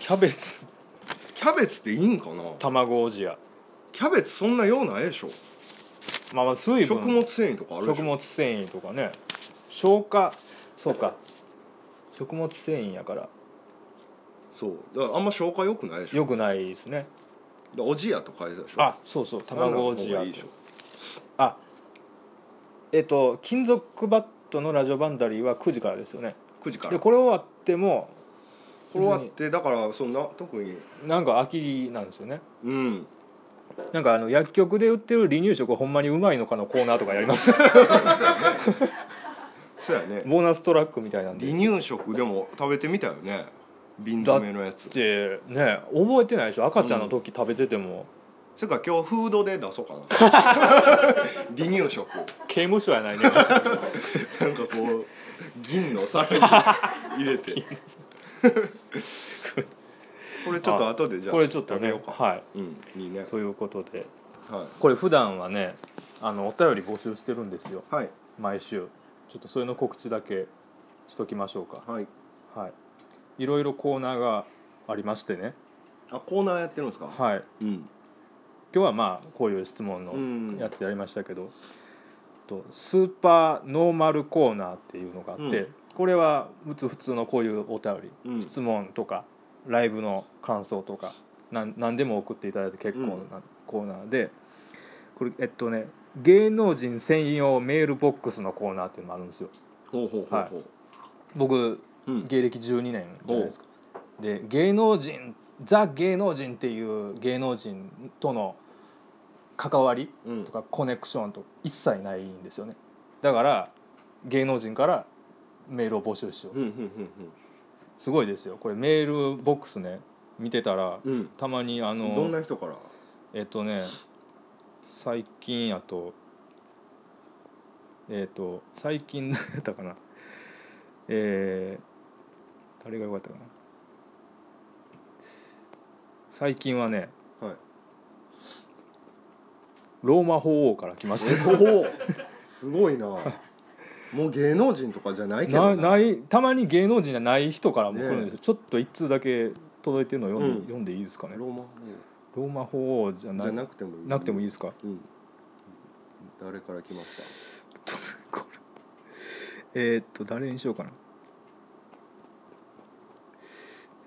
[SPEAKER 1] キャベツ
[SPEAKER 2] キャベツっていいんかな
[SPEAKER 1] 卵おじや
[SPEAKER 2] キャベツそんなようないでしょ
[SPEAKER 1] まあまあ水分
[SPEAKER 2] 食物繊維とかあるでしょ
[SPEAKER 1] 食物繊維とかね消化そうか食物繊維やから
[SPEAKER 2] そうだからあんま消化良くないでしょ
[SPEAKER 1] 良くないですね
[SPEAKER 2] だからおじやと書いてたでしょ
[SPEAKER 1] あそうそう卵おじや
[SPEAKER 2] あんなのの方がいいでしょ
[SPEAKER 1] あえっと金属バットのラジオバンダリーは9時からですよね
[SPEAKER 2] 9時から
[SPEAKER 1] でこれ終わっても
[SPEAKER 2] これ終わってだからそんな特に
[SPEAKER 1] なんか秋なんですよね
[SPEAKER 2] うん
[SPEAKER 1] なんかあの薬局で売ってる離乳食はほんまにうまいのかのコーナーとかやります
[SPEAKER 2] (laughs) そうやね
[SPEAKER 1] ボーナストラックみたいなんで
[SPEAKER 2] 離乳食でも食べてみたよね瓶詰めのやつ
[SPEAKER 1] ってね覚えてないでしょ赤ちゃんの時食べてても、
[SPEAKER 2] それから今日フードで出そ
[SPEAKER 1] (laughs)
[SPEAKER 2] うかな離乳食
[SPEAKER 1] 刑務所や
[SPEAKER 2] (laughs)
[SPEAKER 1] ないね
[SPEAKER 2] なんかこう銀の
[SPEAKER 1] (laughs)
[SPEAKER 2] 皿に入れてこれちょっと後でじゃあ
[SPEAKER 1] これちょっと
[SPEAKER 2] 食べ
[SPEAKER 1] ね
[SPEAKER 2] ようか
[SPEAKER 1] はい
[SPEAKER 2] うんいいね
[SPEAKER 1] ということで
[SPEAKER 2] は
[SPEAKER 1] これ普段はねあのお便り募集してるんですよ
[SPEAKER 2] いはい
[SPEAKER 1] 毎週ちょっとそれの告知だけしときましょうか
[SPEAKER 2] はい
[SPEAKER 1] はいいろいろコーナーがありましてね
[SPEAKER 2] あコーナーやってるんですか
[SPEAKER 1] はい
[SPEAKER 2] うん
[SPEAKER 1] 今日はまあこういう質問
[SPEAKER 2] う
[SPEAKER 1] の
[SPEAKER 2] ん
[SPEAKER 1] やつやりましたけど、とスーパーノーマルコーナーっていうのがあって、
[SPEAKER 2] うん
[SPEAKER 1] これは普通普通のこういうお便り
[SPEAKER 2] うん
[SPEAKER 1] 質問とかライブの感想とかなん何でも送っていただいて結構なコーナーで、これえっとね芸能人専用メールボックスのコーナーっていうのもあるんですよ
[SPEAKER 2] ほうほうほうほう
[SPEAKER 1] 僕
[SPEAKER 2] うん
[SPEAKER 1] 芸歴12年じゃないですかで芸能人ザ芸能人っていう芸能人との関わり
[SPEAKER 2] うん
[SPEAKER 1] とかコネクションと一切ないんですよねだから芸能人からメールを募集しよ
[SPEAKER 2] うん
[SPEAKER 1] う
[SPEAKER 2] うんうん
[SPEAKER 1] すごいですよこれメールボックスね見てたら
[SPEAKER 2] うん
[SPEAKER 1] たまにあ
[SPEAKER 2] うんどん
[SPEAKER 1] の
[SPEAKER 2] な人から
[SPEAKER 1] えっとね最近やとえっと最近何やったかなえー、誰が良かったかな最近はね
[SPEAKER 2] はい
[SPEAKER 1] ローマ法王から来ました
[SPEAKER 2] (laughs) おおすごいなもう芸能人とかじゃないけ
[SPEAKER 1] な
[SPEAKER 2] ど
[SPEAKER 1] ないたまに芸能人じゃない人からも来るんですよ
[SPEAKER 2] ね、
[SPEAKER 1] ちょっと一通だけ届いてるのを読んで,、
[SPEAKER 2] うん
[SPEAKER 1] 読んでいいですかね
[SPEAKER 2] ローマ
[SPEAKER 1] ローマ法王じゃ
[SPEAKER 2] じ
[SPEAKER 1] な
[SPEAKER 2] ゃ
[SPEAKER 1] い
[SPEAKER 2] な
[SPEAKER 1] な
[SPEAKER 2] くてもいい
[SPEAKER 1] くてもいい
[SPEAKER 2] い、
[SPEAKER 1] ですか
[SPEAKER 2] うん、誰から来ますか
[SPEAKER 1] これえーっと誰にしようかな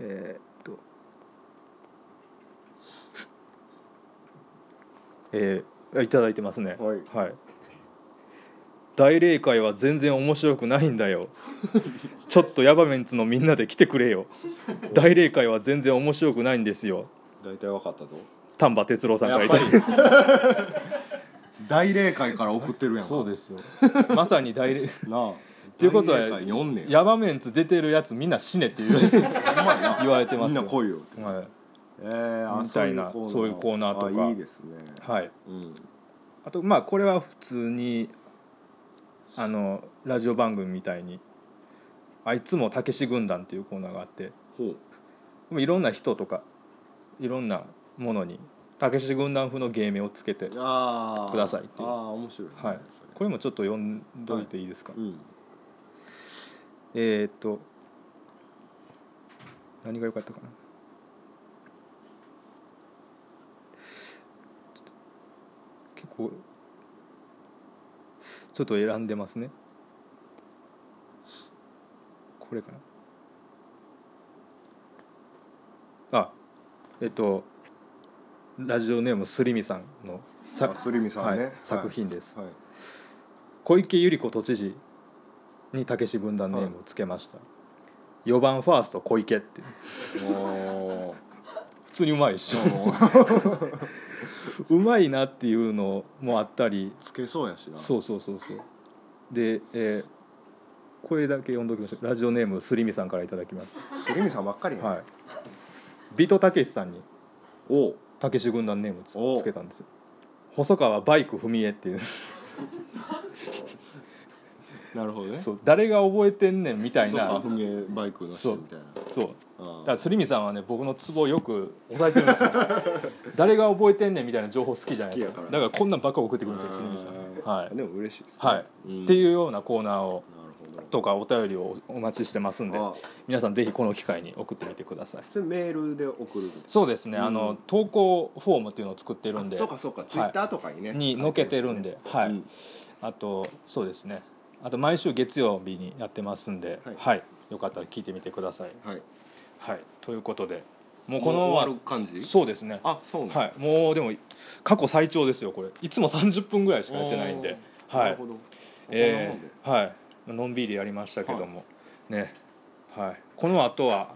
[SPEAKER 1] えーっと (laughs) えー、あいただいてますね
[SPEAKER 2] はい
[SPEAKER 1] 大霊界は全然面白くないんだ
[SPEAKER 2] (laughs)
[SPEAKER 1] よちょっとヤバメンツのみんなで来てくれよ大霊界は全然面白くないんですよ
[SPEAKER 2] 大体わかったぞ
[SPEAKER 1] 丹波哲郎さんからいた (laughs) だいて
[SPEAKER 2] 大霊界から送ってるやん
[SPEAKER 1] そう
[SPEAKER 2] (laughs)
[SPEAKER 1] ですよまさに大霊
[SPEAKER 2] すなあ
[SPEAKER 1] ていうことは
[SPEAKER 2] 大霊界におんねん
[SPEAKER 1] ヤバメンツ出てるやつみんな死ねって
[SPEAKER 2] (laughs)
[SPEAKER 1] 言う
[SPEAKER 2] ほんまやな
[SPEAKER 1] 言われてますよ
[SPEAKER 2] みんな来いよって、
[SPEAKER 1] はい
[SPEAKER 2] えーあ
[SPEAKER 1] みたいなそういうコーナーとか
[SPEAKER 2] あいいですね
[SPEAKER 1] はい、
[SPEAKER 2] うん
[SPEAKER 1] あとまあこれは普通にあのラジオ番組みたいに「あいつもたけし軍団」っていうコーナーがあって
[SPEAKER 2] ほう
[SPEAKER 1] でもいろんな人とかいろんなものにたけし軍団風の芸名をつけて
[SPEAKER 2] あー
[SPEAKER 1] くださいっていう
[SPEAKER 2] ああ面白い、ね
[SPEAKER 1] はいこれもちょっと読んどいていいですか、
[SPEAKER 2] れうん
[SPEAKER 1] えーっと何が良かったかな結構ちょっと選んでますねこれかなあえっとラジオネームすりみさんのさ
[SPEAKER 2] あすりみさんね、
[SPEAKER 1] はい作品です
[SPEAKER 2] はい
[SPEAKER 1] 小池百合子都知事にたけし分断ネームをつけました、4番ファースト小池って
[SPEAKER 2] おー
[SPEAKER 1] 普通にうまいっしょ (laughs) うまいなっていうのもあったり
[SPEAKER 2] つけそうやしな
[SPEAKER 1] そうそうそうそうで、えーこれだけ読んどきましょうラジオネームすりみさんからいただきます
[SPEAKER 2] すりみさんばっかりやん
[SPEAKER 1] はいビトたけしさんに
[SPEAKER 2] おう
[SPEAKER 1] たけし軍団ネーム
[SPEAKER 2] お
[SPEAKER 1] つつけたんですよ細川バイク踏み絵っていう
[SPEAKER 2] なるほどね
[SPEAKER 1] そう誰が覚えてんねんみたい
[SPEAKER 2] そうか
[SPEAKER 1] な
[SPEAKER 2] フミエバイクの人みたいな
[SPEAKER 1] そうだ
[SPEAKER 2] あー
[SPEAKER 1] からすりみさんはね僕のツボをよく押さえてるんです (laughs) よ誰が覚えてんねんみたいな情報好きじゃないですか
[SPEAKER 2] 好きやか
[SPEAKER 1] だ
[SPEAKER 2] ら
[SPEAKER 1] からこんなんばっか送ってくるんですよすりみさんは
[SPEAKER 2] あ
[SPEAKER 1] い
[SPEAKER 2] ー、でも嬉しいですね、
[SPEAKER 1] はい
[SPEAKER 2] ん
[SPEAKER 1] っていうようなコーナーを
[SPEAKER 2] なるほ
[SPEAKER 1] とかお便りをお待ちしてますんで
[SPEAKER 2] どあ
[SPEAKER 1] 皆さんぜひこの機会に送ってみてください
[SPEAKER 2] それメールで送るんです
[SPEAKER 1] そうですね、
[SPEAKER 2] うん
[SPEAKER 1] あの投稿フォームっていうのを作ってるんで
[SPEAKER 2] あそうかそうかツイッターとかにね、
[SPEAKER 1] に載けてるんで、はい
[SPEAKER 2] うん
[SPEAKER 1] あとそうですねあと毎週月曜日にやってますんで、は
[SPEAKER 2] はいい
[SPEAKER 1] よかったら聞いてみてください、
[SPEAKER 2] はい
[SPEAKER 1] はい、ということでもう
[SPEAKER 2] も
[SPEAKER 1] この
[SPEAKER 2] う終わる感じ
[SPEAKER 1] そうですね
[SPEAKER 2] あそうなんだ
[SPEAKER 1] はい、もうでも過去最長ですよこれいつも30分ぐらいしかやってないんで、
[SPEAKER 2] おー
[SPEAKER 1] はい
[SPEAKER 2] なるほど
[SPEAKER 1] えーはい、のんびりやりましたけども、ねはい、この後は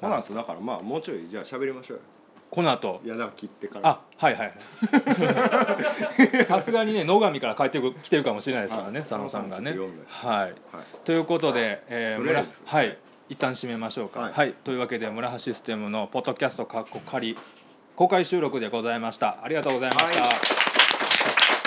[SPEAKER 2] この後だからまあもうちょいじゃあ喋りましょうよ
[SPEAKER 1] この後
[SPEAKER 2] いやだから切ってから
[SPEAKER 1] あはいはい
[SPEAKER 2] (laughs)
[SPEAKER 1] はいさすがにね野上から帰ってく来てるかもしれないですからね
[SPEAKER 2] はい
[SPEAKER 1] 佐野さんがね
[SPEAKER 2] 佐野さんちょっと。
[SPEAKER 1] はい、
[SPEAKER 2] はい
[SPEAKER 1] ということで、えー
[SPEAKER 2] とりあえず
[SPEAKER 1] 村はい、一旦締めましょうか。は、
[SPEAKER 2] はいい
[SPEAKER 1] というわけで村橋システムのポッドキャストかっこ仮公開収録でございました。ありがとうございました。
[SPEAKER 2] はい